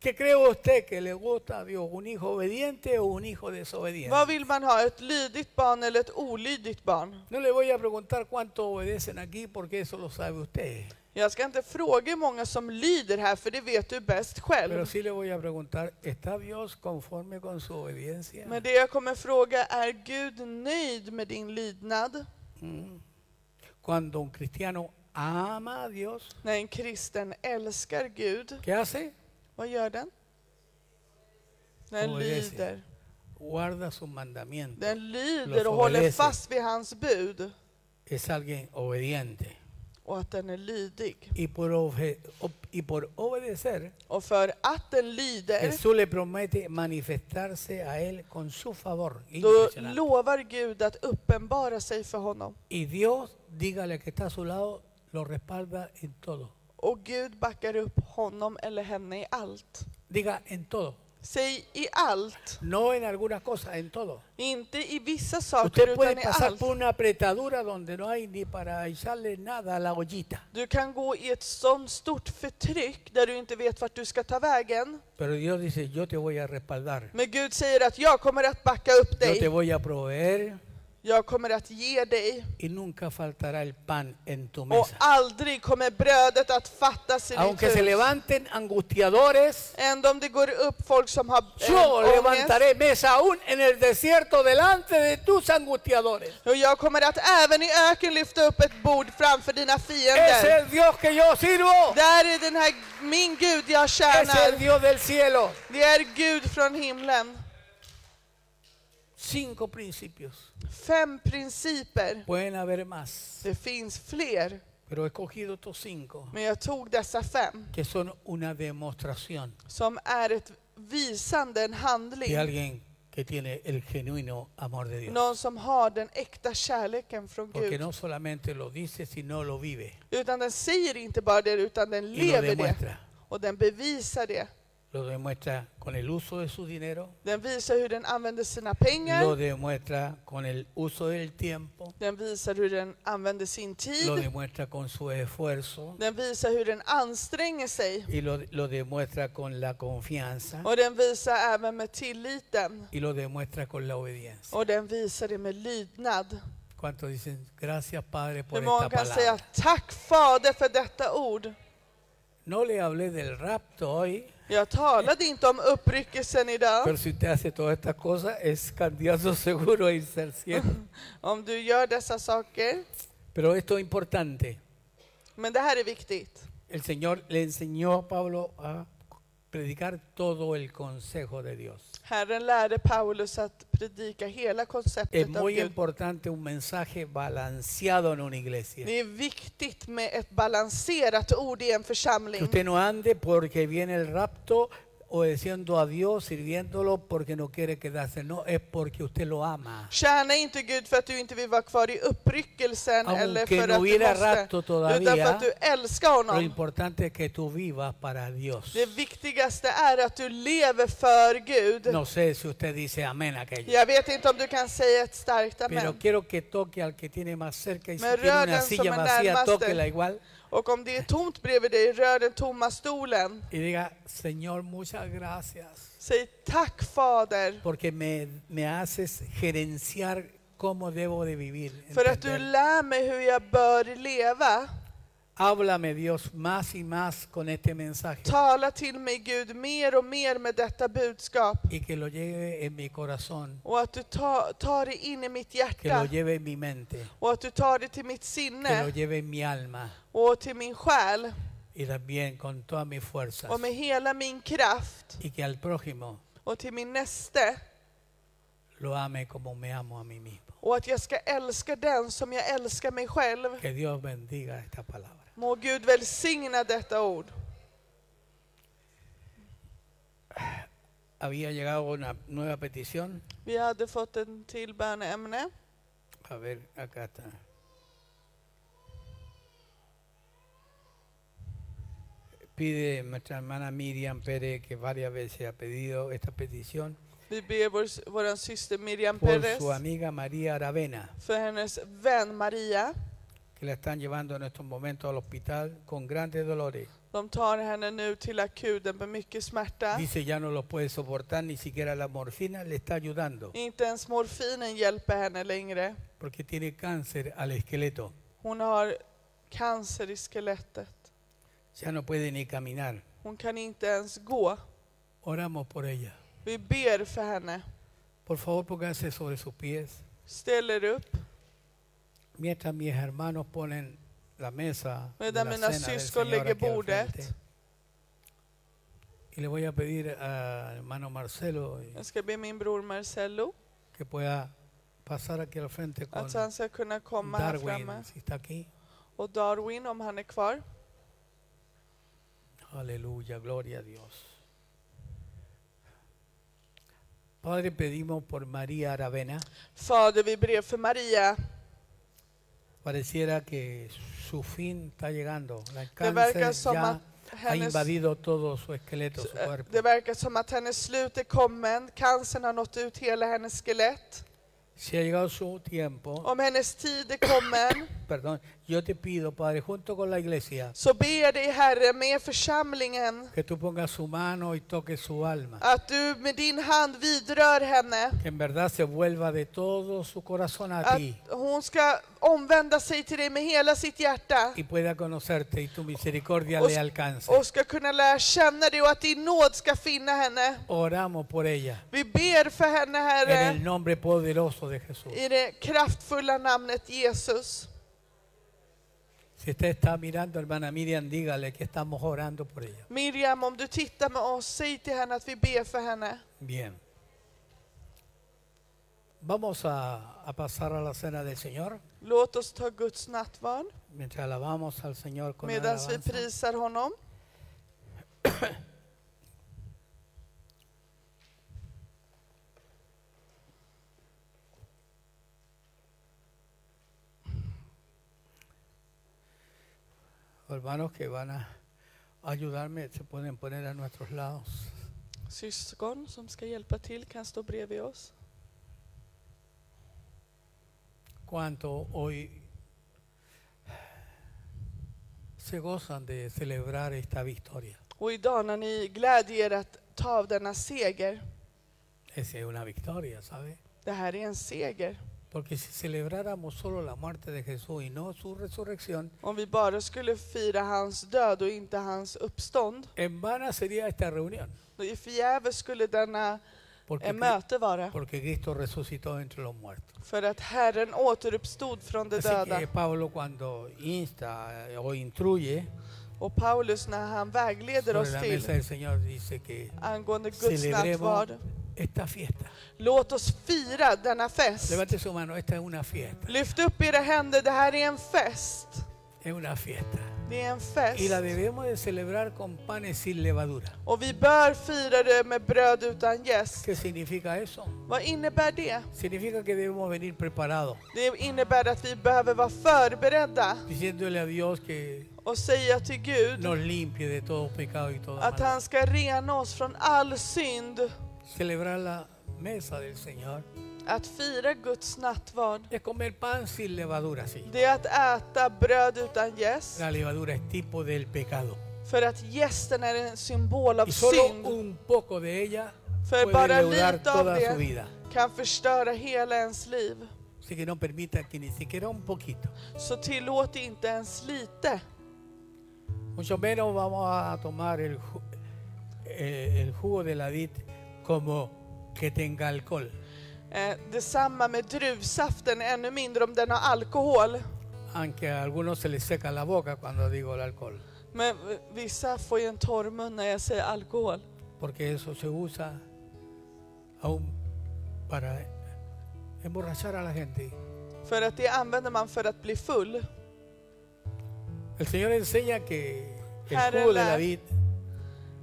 ¿Qué cree usted que le gusta a Dios? ¿Un hijo obediente o un hijo desobediente? Vad vill man ha, ett lydigt barn eller ett olydigt barn? No le voy a preguntar cuánto obedecen aquí porque eso lo sabe usted. Jag ska inte fråga hur många som lyder här, för det vet du bäst Pero själv. sí le voy a preguntar, ¿está Dios conforme con su obediencia? Men det jag kommer fråga, är Gud nöjd med din lydnad? Mm. Cuando un cristiano ama a Dios, När en kristen älskar Gud, ¿qué hace? vad gör den? Den Vad är det? lyder. Guarda sus mandamientos. Den lyder och Los håller obedece. fast vid hans bud Es alguien obediente. och att den är lydig. Y por, obje- ob- y por obedecer, Och för att den lyder, Jesús le promete manifestarse a él con su favor. då Impresionante. lovar Gud att uppenbara sig för honom. Y Dios, dígale que está a su lado, lo respalda en todo. Och Gud backar upp honom eller henne i allt. Diga en todo, Säg i allt, no en algunas cosas, en todo. inte i vissa saker Usted utan puede i pasar allt. por una apretadura donde no hay ni para echarle nada a la ollita, Du kan gå i ett sånt stort förtryck där du inte vet vart du ska ta vägen. pero Dios dice, yo te voy a respaldar, Men Gud säger att jag kommer att backa upp yo te dig. voy a proveer Jag kommer att ge dig. y nunca faltará el pan en tu Och mesa. aldrig kommer brödet att fattas i ditt Aunque se hus. levanten angustiadores, Ändå om det går upp folk som har eh, yo ångest. levantaré mesa aún en el desierto delante de tus angustiadores. Och jag kommer att även i öken lyfta upp ett bord framför dina Es fiender. el Dios que yo sirvo, Där är den här, min Gud jag es el tjänar. Dios del cielo. Det är Gud från himlen. Cinco principios. Fem principer. Pueden haber más, Det finns fler, pero he escogido estos cinco, men jag tog dessa fem que son una demostración som är ett visande, en handling. de alguien que tiene el genuino amor de Dios. Någon som har den äkta kärleken från Porque Gud. no solamente lo dice, sino lo vive Utan den säger inte bara det, utan den y lo lever det. demuestra. Och den bevisar det. Lo demuestra con el uso de su dinero, Den visar hur den använder sina lo pengar. demuestra con el uso del tiempo, Den visar hur den använder sin lo tid. demuestra con su esfuerzo Den visar hur den anstränger sig. y lo, lo demuestra con la confianza Och den visar även med tilliten. y lo demuestra con la obediencia. Och den visar det med lydnad. ¿Cuántos dicen gracias Padre Hur por många esta kan säga palabra? tack Fader för detta ord? No le hablé del rapto hoy, Jag talade inte om uppryckelsen idag. pero si usted hace todas estas cosas es candidato seguro e a irse al cielo. Om du gör dessa saker. Pero esto es importante. Men det här är viktigt. El Señor le enseñó a Pablo a predicar todo el consejo de Dios. Herren lärde Paulus att predika hela Es konceptet av muy Gud. importante un mensaje balanceado en una iglesia. Det är viktigt med ett balanserat ord i en Que församling. usted no ande porque viene el rapto obedeciendo a Dios, sirviéndolo porque no quiere quedarse. No, es porque usted lo ama. Tjäna inte Gud för att du inte vill vara kvar i uppryckelsen Aunque eller för no att du hubiera måste, rapto todavía, utan för att du älskar Lo honom. importante es que tú vivas para Dios. Det viktigaste är att du lever för Gud. No sé si usted dice amén a aquello. Jag vet inte om du kan säga ett starkt Pero amen. quiero que toque al que tiene más cerca y si Me tiene una ruegan silla sobre vacía, nalmas de- tóquela igual Och om det är tomt bredvid dig, rör den tomma stolen. y diga, Señor, muchas gracias. Säg tack Fader porque me, me haces gerenciar cómo debo de vivir. för att du entender. lär mig hur jag bör leva. Háblame Dios más y más con este mensaje Tala till mig Gud mer och mer med detta budskap y que lo lleve en mi corazón, och att du ta, tar det in i mitt que lo hjärta lleve en mi mente, och att du tar det till mitt que lo sinne lleve en mi alma och till min själ y también con todas mis fuerzas och med hela min kraft y que al prójimo och till min näste lo ame como me amo a mí mismo. och att jag ska älska den som jag älskar mig själv. Que Dios bendiga esta palabra. Må Gud välsigna detta ord. Había llegado una nueva petición. Vi hade fått en till böneämne. A ver, acá está. Pide nuestra hermana Miriam Pérez, que varias veces ha pedido esta petición, Vi ber vår, vår syster Miriam por Perez su amiga María Aravena, för hennes vän Maria. que la están llevando en estos momentos al hospital con grandes dolores. De tar henne nu till akuten med mycket smärta. Dice ya no lo puede soportar, ni siquiera la morfina le está ayudando, Inte ens morfinen hjälper henne längre. porque tiene cáncer al esqueleto. Hon har cancer i skelettet. Ya no puede ni caminar. Hon kan inte ens gå. Oramos por ella. Vi ber för henne. Por favor, pónganse sobre sus pies. Ställ er upp. Mientras mis hermanos ponen la mesa, de Medan la mina cena del syskon Señor lägger aquí al bordet. frente. Y le voy a pedir a hermano Marcelo eh, Jag ska be min bror Marcello que pueda pasar aquí al frente con att han ska kunna komma här framme. Darwin, si está aquí. Och Darwin om han är kvar. Aleluya, gloria a Dios. Padre, pedimos por María Aravena. Fader, vi ber för Maria. Pareciera que su fin está llegando. La Det cáncer verkar som att ya ha hennes, invadido todo su esqueleto, su eh, cuerpo. det verkar som att hennes slut är kommen. Cancern har nått ut hela hennes skelett. Si ha llegado su tiempo, Om hennes tid är kommen Perdón, yo te pido, Padre, junto con la iglesia, så ber dig Herre med församlingen que tú pongas su mano y toques su alma. att du med din hand vidrör henne. Que en verdad se vuelva de todo su corazón a Att ti hon ska omvända sig till dig med hela sitt hjärta y pueda conocerte y tu misericordia Os- le alcance. och ska kunna lära känna dig och att din nåd ska finna henne. Oramos por ella Vi ber för henne en el Herre nombre poderoso de Jesús. i det kraftfulla namnet Jesus. Si usted está mirando, hermana Miriam, dígale que estamos orando por ella. Miriam, om du tittar med oss, säg till henne att vi ber för henne. Bien. Vamos a, a pasar a la cena del Señor Låt oss ta Guds nattvard mientras alabamos al Señor con medan vi alabanza. prisar honom. hermanos que van a ayudarme se pueden poner a nuestros lados. Syskon som ska hjälpa till kan stå bredvid oss. Cuánto hoy se gozan de celebrar esta victoria. Och idag när ni glädjer er att ta av denna seger, Esa es una victoria, ¿sabe? det här är en seger. Porque si celebráramos solo la muerte de Jesús y no su resurrección, Om vi bara skulle fira hans död och inte hans uppstånd, en vana sería esta reunión. då i förgäves skulle denna Porque, eh, möte vara. porque Cristo resucitó entre los muertos. För att Herren återuppstod från de Así döda. que Pablo cuando insta eh, o instruye Och Paulus när han vägleder sobre oss la mesa till del Señor dice que angående Guds celebremos nattvard, esta fiesta. låt oss fira denna fest. Levante su mano, esta es una fiesta, Lyft upp era händer, det här är en fest. es una fiesta. Det är en Y la fest. debemos de celebrar con panes sin levadura. Och vi bör fira det med bröd utan jäst. ¿Qué significa eso? Vad innebär det? Significa que debemos venir preparados, Det innebär att vi behöver vara förberedda diciéndole a Dios que och säga till Gud nos limpie de todo pecado y toda att maldad. han ska rena oss från all synd. Celebrar la mesa del Señor Att fira Guds nattvard, es comer pan sin levadura, sí. det är att äta bröd utan jäst. La levadura es tipo del pecado. För att gästen är en symbol av Y solo synd. un poco de ella För puede bara leudar lite av toda su det vida. kan förstöra hela ens liv. Así que no permita que ni siquiera un poquito Så tillåt inte ens lite Mucho menos vamos a tomar el, ju- eh, el jugo de la vid como que tenga alcohol. Eh, detsamma med druvsaften, ännu mindre om den har alkohol. Aunque a algunos se les seca la boca cuando digo el alcohol. Men eh, vissa får ju en torr mun när jag säger alkohol. Porque eso se usa aún para emborrachar a la gente. För att det använder man för att bli full. El Señor enseña que el Para jugo de la- la vid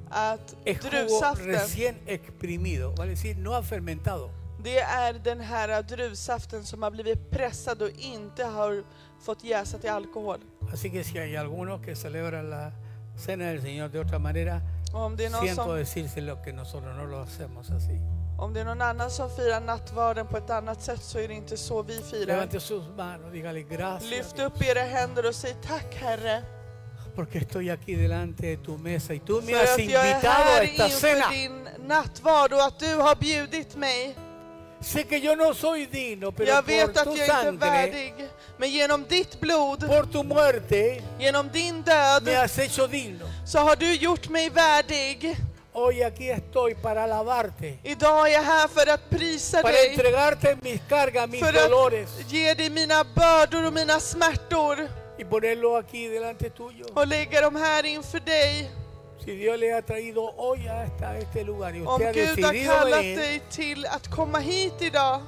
Att es jugo druvsaften, recién exprimido, vale decir, no ha fermentado. det är den här druvsaften som har blivit pressad och inte har fått jäsa till alkohol. Así que si hay algunos que celebran la cena del Señor de otra manera, Och om det är någon, siento som, decírselo que nosotros no lo hacemos así. om det är någon annan som firar nattvarden på ett annat sätt så är det inte så vi firar. Levante sus manos, dígale gracias. Lyft Dios, upp era händer och säg tack Herre Porque estoy aquí delante de tu mesa y tú me för has att jag är invitado a här esta cena. inför din nattvard och att du har bjudit mig. Sé que yo no soy digno, pero Jag por vet tu att jag inte är sangre, värdig, men genom ditt blod, por tu muerte, genom din me död, has hecho digno. så har du gjort mig värdig. Hoy aquí estoy para alabarte, Idag är jag här för att prisa para dig, entregarte mis cargas, mis för att dolores ge dig mina bördor och mina smärtor y ponerlo aquí delante tuyo. och lägga dem här inför dig. Si Dios le ha traído hoy hasta este lugar y Om usted ha Gud har decidido kallat venir, dig till att komma hit idag,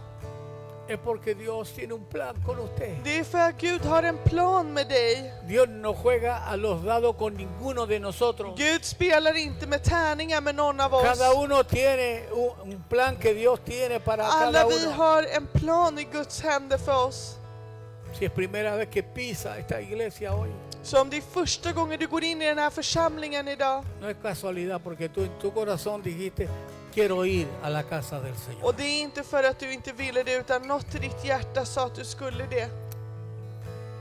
es porque Dios tiene un plan con usted. det är för att Gud har en plan med dig. Dios no juega a los dados con ninguno de nosotros. Gud spelar inte med tärningar med någon av oss. Cada uno tiene un un plan que Dios tiene para cada Alla vi uno. har en plan i Guds händer för oss. Si es primera vez que pisa esta iglesia hoy, Så om det är första gången du går in i den här församlingen idag no es casualidad porque tú en tu corazón dijiste, quiero ir a la casa del Señor. och det är inte för att du inte ville det utan något i ditt hjärta sa att du skulle det.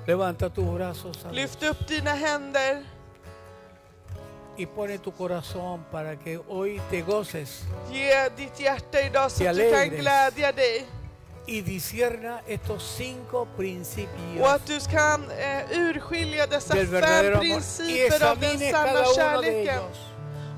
Levanta tus brazos a Dios Lyft upp dina händer y pone tu corazón para que hoy te goces Ge ditt hjärta idag så Te att du kan alegres. glädja dig y discierna estos cinco och principios att du kan eh, urskilja dessa del fem verdadero amor y principer av den examines sanna cada uno de kärleken ellos.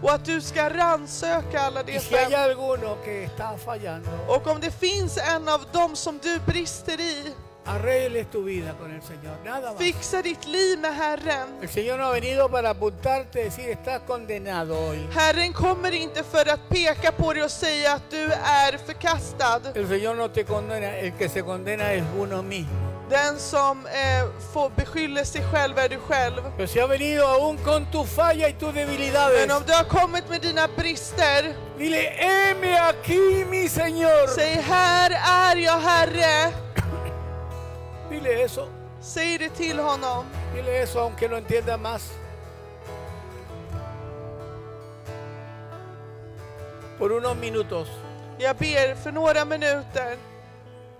och att du ska rannsöka alla Y de si hay fem. alguno que está fallando, Och om det finns en av dem som du brister i, arregles tu vida con el Señor. Nada más. fixa ditt liv med Herren. El Señor no ha venido para apuntarte y decir, estás condenado hoy. Herren kommer inte för att peka på dig och säga att du är förkastad. El Señor no te condena, el que se condena es uno mismo. Den som eh, får beskyller sig själv är du själv. Pero si ha venido aún con tu falla y tus debilidades, Men om du har kommit med dina brister, dile, heme aquí, mi Señor. säg här är jag Herre. Dile eso, Säg det till honom. dile eso, aunque no entienda más. Por unos minutos, Jag ber för några minuter.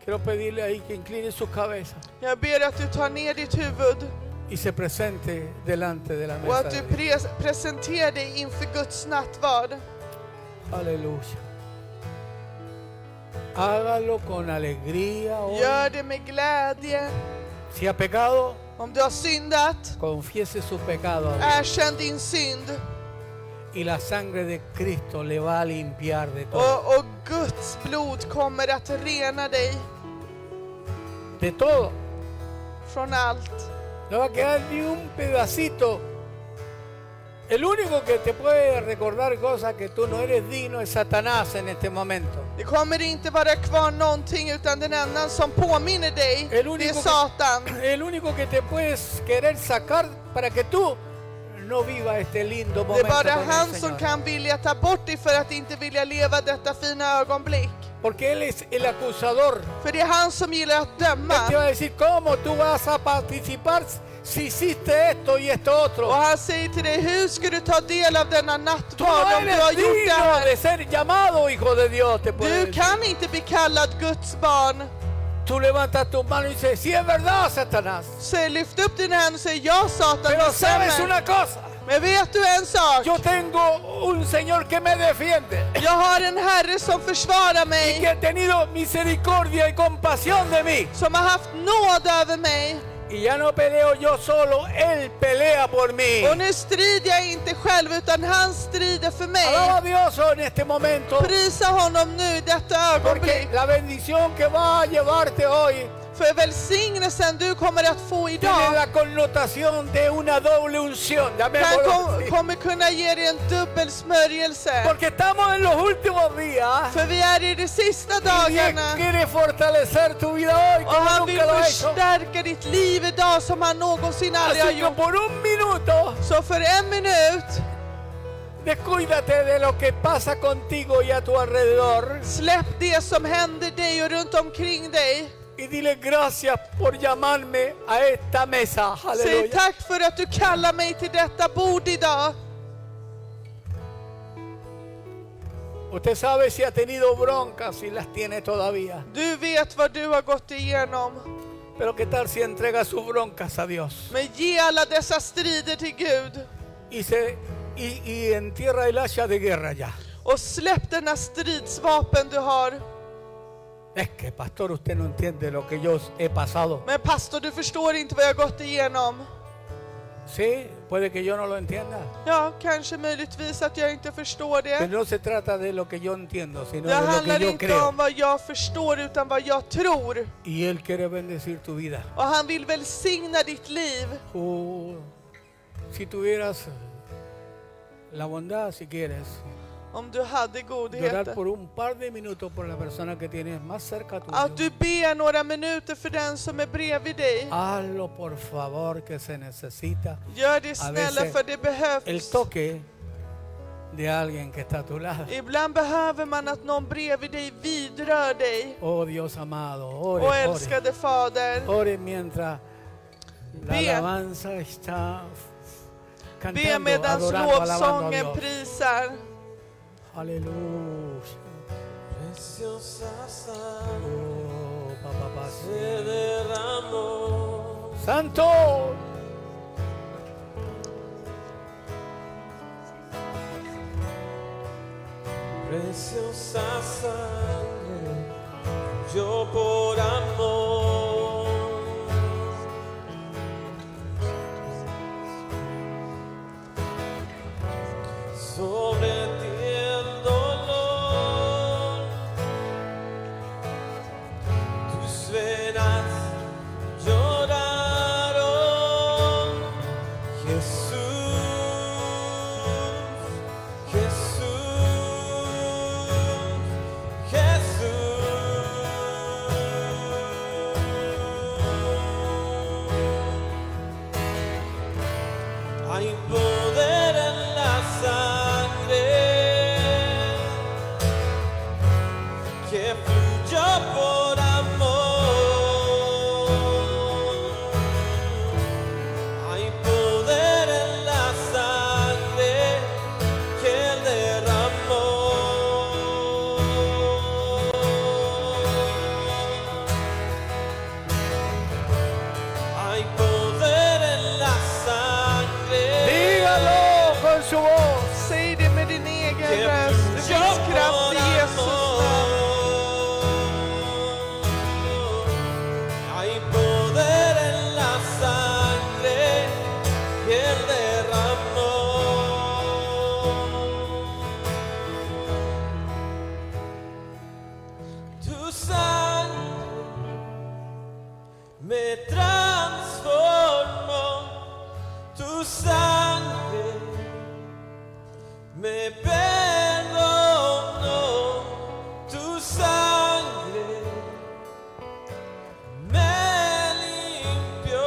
quiero pedirle ahí que incline su cabeza Jag ber att du tar ner ditt huvud y se presente delante de la och mesa. att du de Dios. pres- presenterar dig inför Guds nattvard. Aleluya. Hágalo con alegría hoy. Gör det med glädje. Si ha pecado, Om du har syndat, confiese su pecado a Dios. erkänn din synd. y la sangre de Cristo le va a limpiar de todo. Och, och Guds blod kommer att rena dig De todo. från allt. No va a quedar ni un pedacito. El único que te puede recordar cosas que tú no eres digno es Satanás en este momento. Det kommer inte vara kvar någonting utan den enda som påminner dig, El único det är que- Satan. El único que te puedes querer sacar para que tú no viva este lindo Det är momento. bara con el han som Señor. kan vilja ta bort dig för att inte vilja leva detta fina ögonblick. Porque Él es el acusador. För det är han som gillar att Él te va döma. a decir cómo tú vas a participar si hiciste esto y esto Och otro. han säger till dig, hur ska du ta del av denna Tú nattvard no om du har eres gjort det digno här? de ser llamado hijo de Dios. Te puede Du decir. kan inte bli kallad Guds barn. Tú levantas tu mano y dices, si es verdad, Satanás. Så lyft upp dina händer och säg, ja Satan, Pero det sabes stämmer. una cosa, Men vet du en sak? yo tengo un Señor que me defiende Jag har en herre som försvarar y que mig, ha tenido misericordia y compasión de mí. som har haft nåd över mig. Y ya no peleo yo solo, Él pelea por mí. Och nu strider jag inte själv utan han strider för Alaba mig. a Dios en este momento, Prisa honom nu i detta ögonblick. porque la bendición que va a llevarte hoy För välsignelsen du kommer att få tiene idag la connotación de una doble unción. kan, llamémoslo kom, así. kommer kunna ge dig en dubbel smörjelse. Porque estamos en los últimos días. För vi är i de sista Y Dios dagarna quiere fortalecer tu vida hoy och como han vill nunca lo ha hecho. förstärka ditt liv idag som han någonsin aldrig har Así que gjort. por un minuto, Så för en minut, descuídate de lo que pasa contigo y a tu alrededor. släpp det som händer dig och runt omkring dig. Y dile gracias por llamarme a esta mesa. Säg Aleluya. tack för att du kallar mig till detta bord idag. Usted sabe si ha tenido broncas, si las tiene todavía. Du vet vad du har gått igenom. Pero qué tal si entrega sus broncas a Dios Men ge alla dessa strider till Gud. y se y, y entierra el hacha de guerra ya. Och släpp denna stridsvapen du har. Es que pastor, usted no entiende lo que yo he pasado. Men pastor, du förstår inte vad jag har gått igenom. Sí, puede que yo no lo entienda. Ja, kanske möjligtvis att jag inte förstår det. Pero no se trata de lo que yo entiendo, sino Det de lo que handlar yo inte creo. om vad jag förstår utan vad jag tror. Y Él quiere bendecir tu vida. Och han vill välsigna ditt liv. Oh, si tuvieras la bondad, si quieres, Om du hade llorar godheten. por un par de minutos por la persona que tienes más cerca Att tuyo. du ber några minuter för den som är bredvid dig. Hazlo por favor que se necesita Gör det A snälla veces för det el behövs. toque de alguien que está a tu lado. Ibland behöver man att någon bredvid dig vidrör dig. Oh Dios amado, Och ore, ore, älskade Fader, ore mientras la Ve. alabanza está be cantando, medans adorando, alabando a lovsången Dios. prisar. Aleluya. Preciosa sangre Oh, papá, papá, se derramó Santo. Preciosa sangre yo por amor Sobre ti el dolor Tus venas lloraron Jesús Jesús, Jesús, hay poder en la sangre que fluyó por amor. Hay poder en la sangre que Él derramó. Hay poder en la sangre Dígalo con su voz. Säg det med din egen que röst. Det finns fluyó kraft por i Jesus namn. amor. Hay poder en la sangre que Él derramó. Tu sangre me transformó, tu sangre me perdonó, tu sangre me limpió,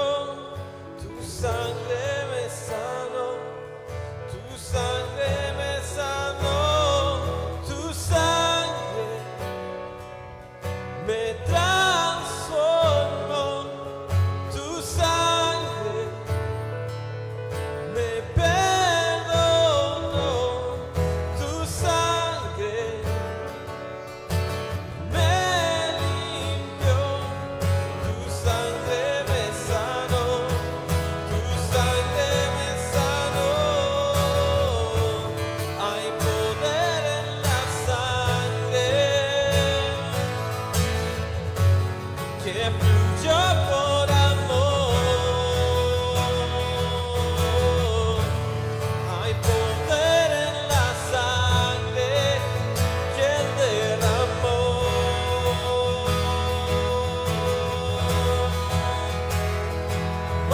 tu sangre me sanó. Tu sangre me sanó, tu sangre me transformó, tu sangre me perdonó, tu sangre me limpió, tu sangre me sanó. Tu sangre me sanó, hay poder en la sangre que fluyó por amor.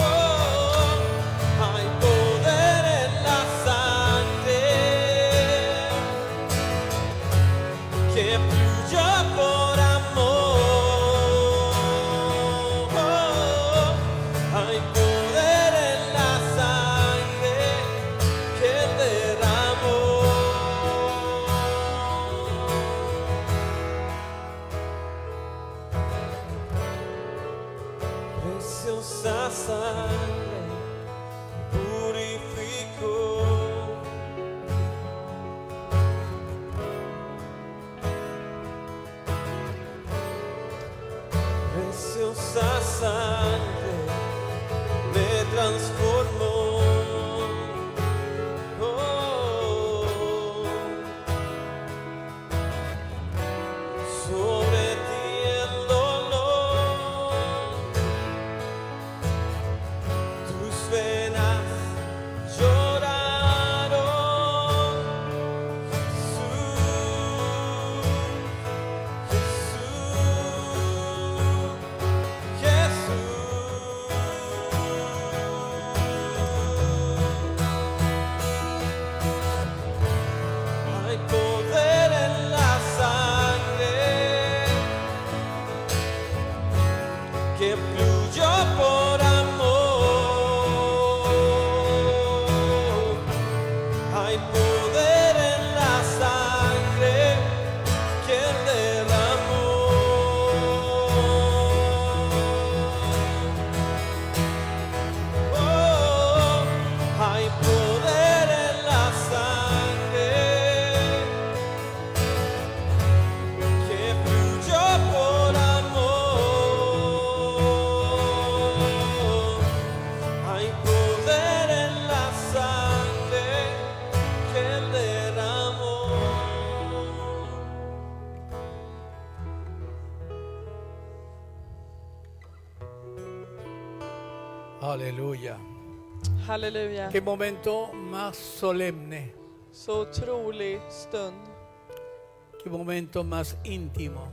Oh, preciosa sangre purificó. Preciosa sangre me transformó. Oh. Sobre ti el dolor, tus venas lloraron, Jesús, Jesús, Jesús, hay poder en la sangre. que fluyó por amor. Hay poder en la sangre que Él derramó. Oh, hay poder en la sangre que fluyó por amor. Hay poder en la sangre que Él derramó. Aleluya. Halleluja. Qué momento más solemne, Så otrolig stund. qué momento más íntimo.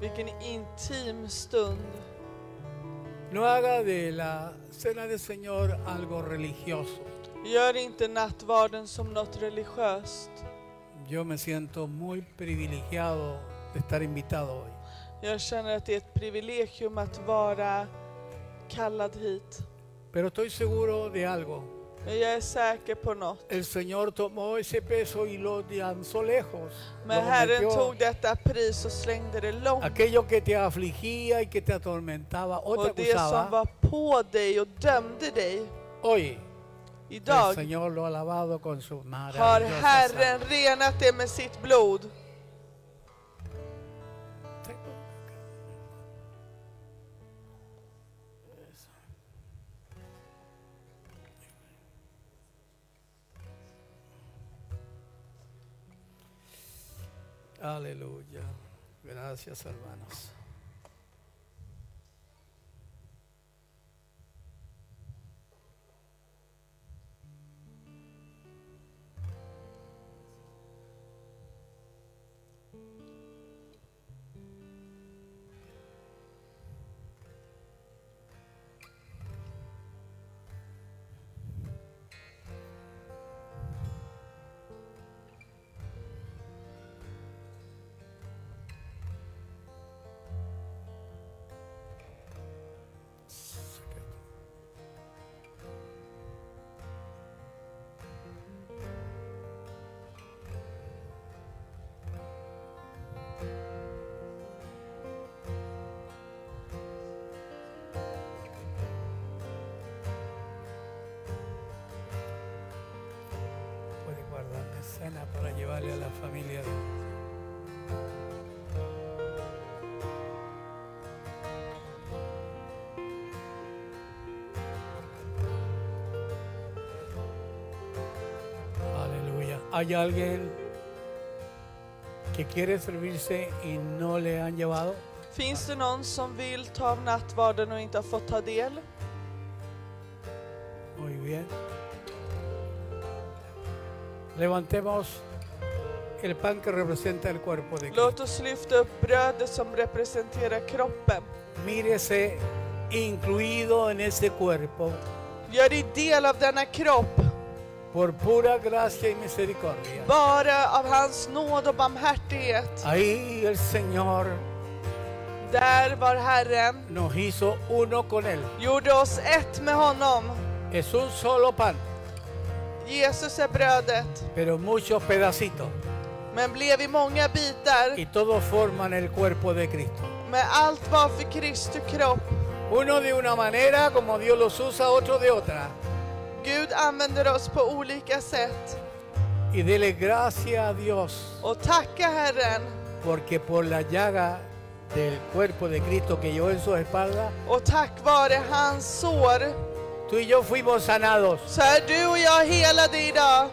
Vilken intim stund. No haga de la cena del Señor algo religioso. Gör inte nattvarden som något religiöst. Yo me siento muy privilegiado de estar invitado hoy. Jag känner att det är ett privilegium att vara kallad hit. Pero estoy seguro de algo. Men jag är säker på något. El Señor tomó ese peso y lo lanzó lejos. Men Lo Herren metió. tog detta pris och slängde det långt. Aquello que te afligía y que te atormentaba o Och te det som acusaba, var på dig och dömde dig hoy el idag Señor lo ha lavado con su har maravillosas Herren renat det med sitt blod. Aleluya. Gracias, hermanos. Puede guardar la cena para llevarle a la familia. Aleluya. ¿Hay alguien que quiere servirse y no le han llevado? Finns det någon som vill ta av nattvarden och inte har fått ta del? Muy bien. Levantemos el pan que representa el cuerpo de Cristo. Låt oss lyfta upp brödet som representerar kroppen. Mírese incluido en ese cuerpo Gör dig del av denna kropp, por pura gracia y misericordia. bara av hans nåd och barmhärtighet. Ahí el Señor Där var Herren, nos hizo uno con Él. gjorde oss ett med honom. Es un solo pan, Jesus är brödet, pero muchos pedacitos. men blev i många bitar. Y todos forman el cuerpo de Cristo. Men allt var för Kristi kropp. Uno de una manera como Dios los usa, otro de otra. Gud använder oss på olika sätt. Y dele gracias a Dios, Och tacka Herren. porque por la llaga del cuerpo de Cristo que llevó en su espalda, Och tack vare hans sår tú y yo fuimos sanados. så är du och jag helade idag.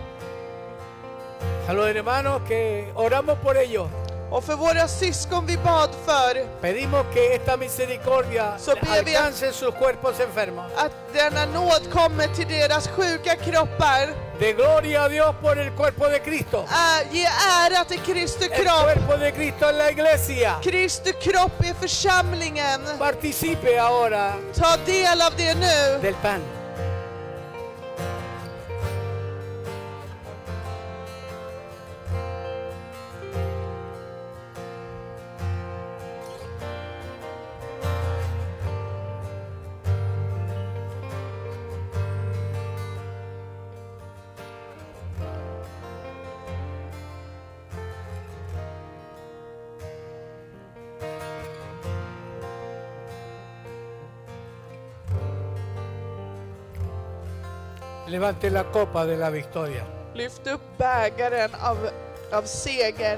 A los hermanos que oramos por ellos, Och för våra syskon vi bad för, pedimos que esta misericordia So be it. alcance sus cuerpos enfermos. att denna nåd kommer till deras sjuka kroppar. De gloria a Dios por el cuerpo de Cristo. Ä- Ge ära till Kristi El kropp. cuerpo de Cristo en la iglesia. Kristi kropp är församlingen. Participe ahora Ta del av det nu. del pan. Levante la copa de la victoria. Lyft upp bägaren av, av seger.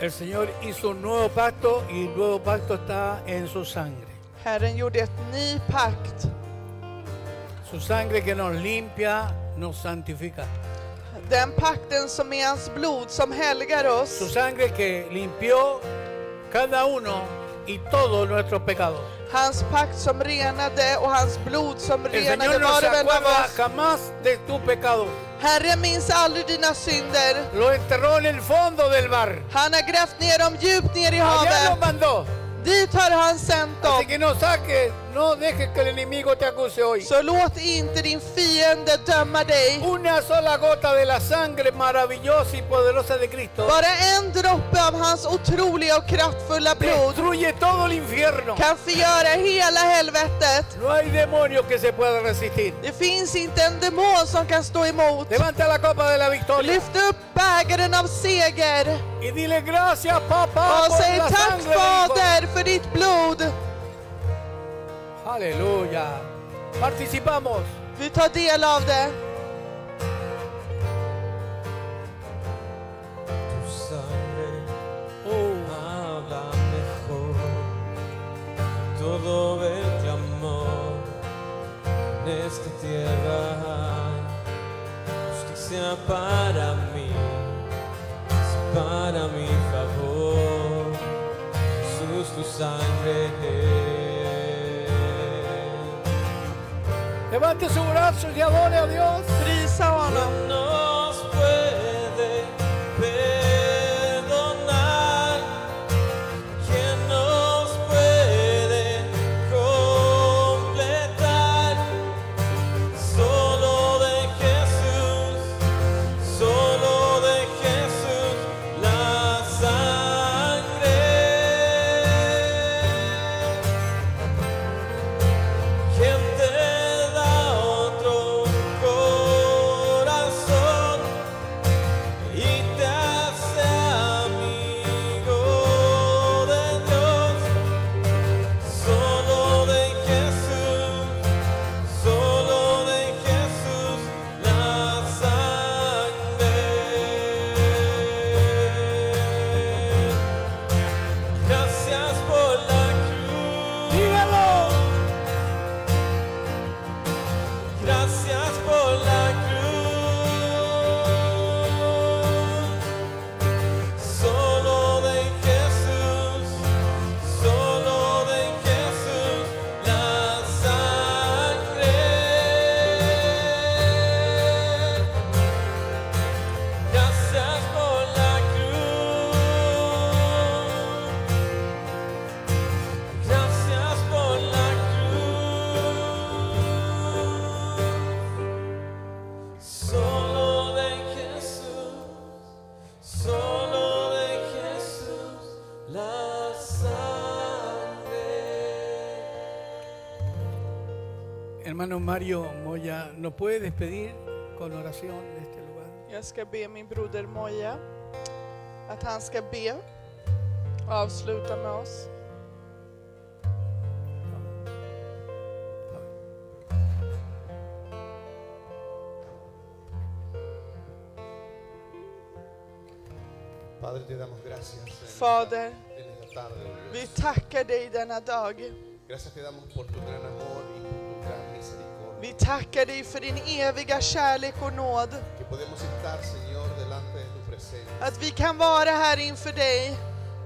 El Señor hizo un nuevo pacto y el nuevo pacto está en su sangre. Herren gjorde ett ny pakt. Su sangre que nos limpia, nos santifica. Den pakten som är hans blod som helgar Su oss. sangre que limpió cada uno y todos nuestros pecados. Hans pakt som renade och hans blod som El renade Señor no var se och en av acuerda oss. jamás de tu pecado. Herren minns aldrig dina synder. Lo enterró en el fondo del mar. Han har grävt ner dem djupt ner i Allá lo havet. mandó. Dit har han sänt Así dem. que no saques, no dejes que el enemigo te acuse hoy. Så låt inte din fiende döma dig. Una sola gota de la sangre maravillosa y poderosa de Cristo Bara en droppe av hans otroliga och kraftfulla blod destruye todo el infierno. kan förgöra hela helvetet. No hay demonio que se pueda resistir. Det finns inte en demon som kan stå emot. Levanta la copa de la victoria Lyft upp bägaren av seger y dile gracias, papá, och por säg la tack sangre de Fader för ditt blod. Hijo. Aleluya. Participamos. Vi tar del av det. Tu sangre Oh, habla mejor que todo el clamor en esta tierra justicia para mí es para mi favor Jesús tu sangre levante su brazo y adore a Dios. Prisa honom. nos puede perdonar? ¿Quién nos puede completar? Solo de Jesús, solo de Jesús, la sangre. ¿Quién te da otro corazón y te hace amigo de Dios? Solo de Jesús, solo de Jesús la sangre. Gracias por la cruz. Dígalo. Gracias por la cruz, solo de Jesús, solo de Jesús la sangre. Gracias por la cruz, gracias por la cruz. Solo de Jesús, solo de Jesús, la sangre. Hermano Mario Moya, ¿nos puede despedir con oración de este lugar? Jag ska be min broder Moja att han ska be och avsluta med oss. Padre, te damos gracias. en esta- Fader. En esta tarde, oh Vi Dios. tackar dig denna dag. Gracias te damos por tu gran amor y por tu gran misericordia. Vi tackar dig för din eviga kärlek och nåd. Que podemos estar, Señor, delante de tu presencia. Att vi kan vara här inför dig.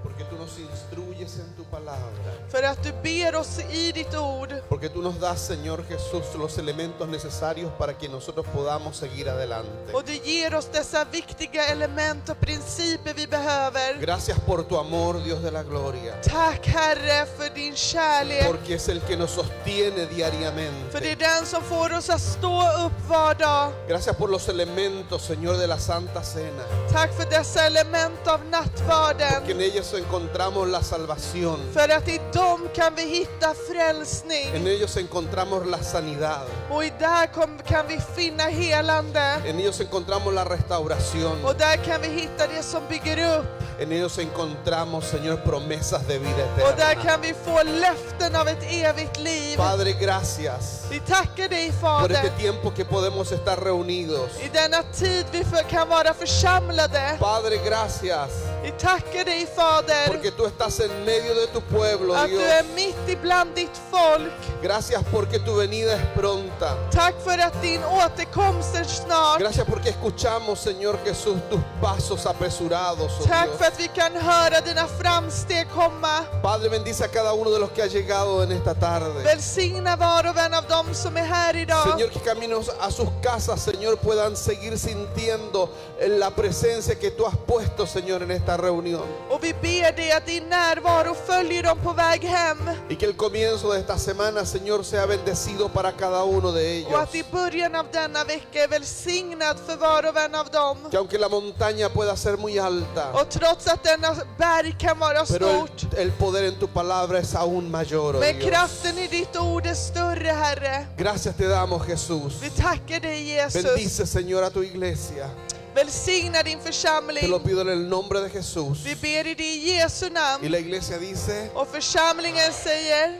Porque tú nos instruyes en tu palabra. För att du ber oss i ditt ord. Porque tú nos das, Señor Jesús, los elementos necesarios para que nosotros podamos seguir adelante. Och du ger oss dessa viktiga element och principer vi behöver. Gracias por tu amor, Dios de la gloria. Tack Herre för din kärlek. Porque es el que nos sostiene För det diariamente. är den som får oss att stå upp var dag. Gracias por los elementos, Señor, de la Santa Cena. Tack för dessa element av Que en nattvarden. ellos encontramos la salvación. För att i dem kan vi hitta En frälsning. ellos encontramos la sanidad. Och i där kom, kan vi finna helande. En ellos encontramos la restauración. Och där kan vi hitta det som bygger upp. En ellos encontramos, Señor, promesas de vida Och där eterna. kan vi få löften av ett evigt liv. Padre, gracias Vi tackar dig por este Fader. tiempo que podemos estar reunidos. I denna tid vi för, kan vara församlade. Padre, gracias Vi tackar dig Fader. porque tú estás en medio de tu pueblo, Att Dios. du är mitt ibland ditt folk. Gracias porque tu venida es pronta. Tack för att din återkomst är snart. Gracias porque escuchamos, Señor Jesús, tus pasos apresurados. oh Tack Dios. för att vi kan höra dina framsteg komma. Padre, bendice a cada uno de los que ha llegado en esta tarde. Välsigna var och en av dem som är här idag. Señor, que caminos a sus casas, Señor, puedan seguir sintiendo la presencia que tú has puesto, Señor, en esta reunión. Och vi ber dig att din närvaro följer dem på väg hem. Y que el comienzo de esta semana, Señor, sea bendecido para cada uno de Och ellos. att i början av denna vecka är välsignad för var och en av dem. Que aunque la montaña pueda ser muy alta, Och trots att denna berg kan vara pero el, stort, el poder en tu palabra es aún mayor. oh men Dios. kraften i ditt ord är större, Herre. Gracias te damos, Jesús. Vi tackar dig, Jesus. Bendice, Señor, a tu iglesia. Välsigna din Te lo församling. pido en el nombre de Jesús. Vi ber i det i Jesu Y namn. la iglesia dice... Och församlingen säger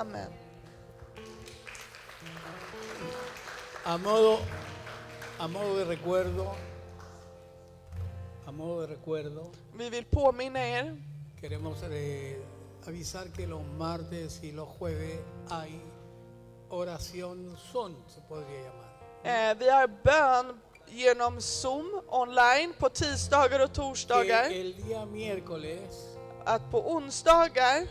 Amen. A modo, a modo de recuerdo, a modo de recuerdo, Vi vill påminna er queremos eh, avisar que los martes y los jueves hay oración son, se podría llamar. Eh, vi har bön genom Zoom online på tisdagar och Que torsdagar. el día miércoles Att på onsdagar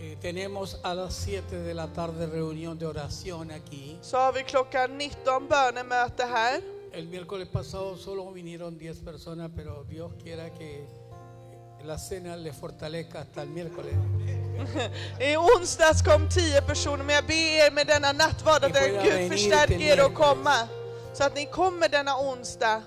eh, tenemos a las 7 de la tarde reunión de oración aquí. så har vi klockan 19 bönemöte här. El miércoles pasado solo vinieron 10 personas, pero Dios quiera que la cena les fortalezca hasta el miércoles. I onsdags kom 10 personer, men jag ber er med denna nattvard att Ni får den göra en Gud förstärker er liten att komma. Så att ni kommer denna onsdag.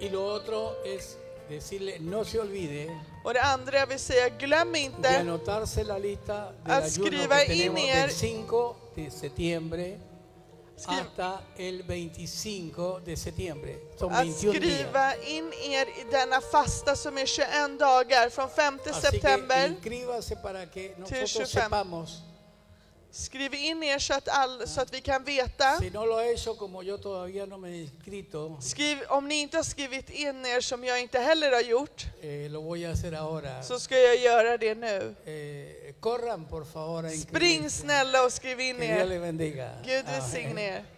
Y lo otro es decirle, no se olvide Och det andra jag vill säga, glöm de inte anotarse en la lista del Att ayuno skriva que in tenemos er- del 5 de septiembre Skriv- hasta el 25 de septiembre. Son att 21 días. skriva in er i denna fasta som är 21 dagar från 5 Así que september. inscríbase para que Till 25. nosotros sepamos. Skriv in er så att, all, så att vi kan veta. Si no lo he hecho, como yo todavía no me he inscrito, Skriv, om ni inte har skrivit in er, som jag inte heller har gjort, eh, lo voy a hacer ahora. så ska jag göra det nu. Eh, corran, por favor, a Spring inscribirse. snälla och skriv Que in Dios er. les bendiga. Amén. Gud välsigne er.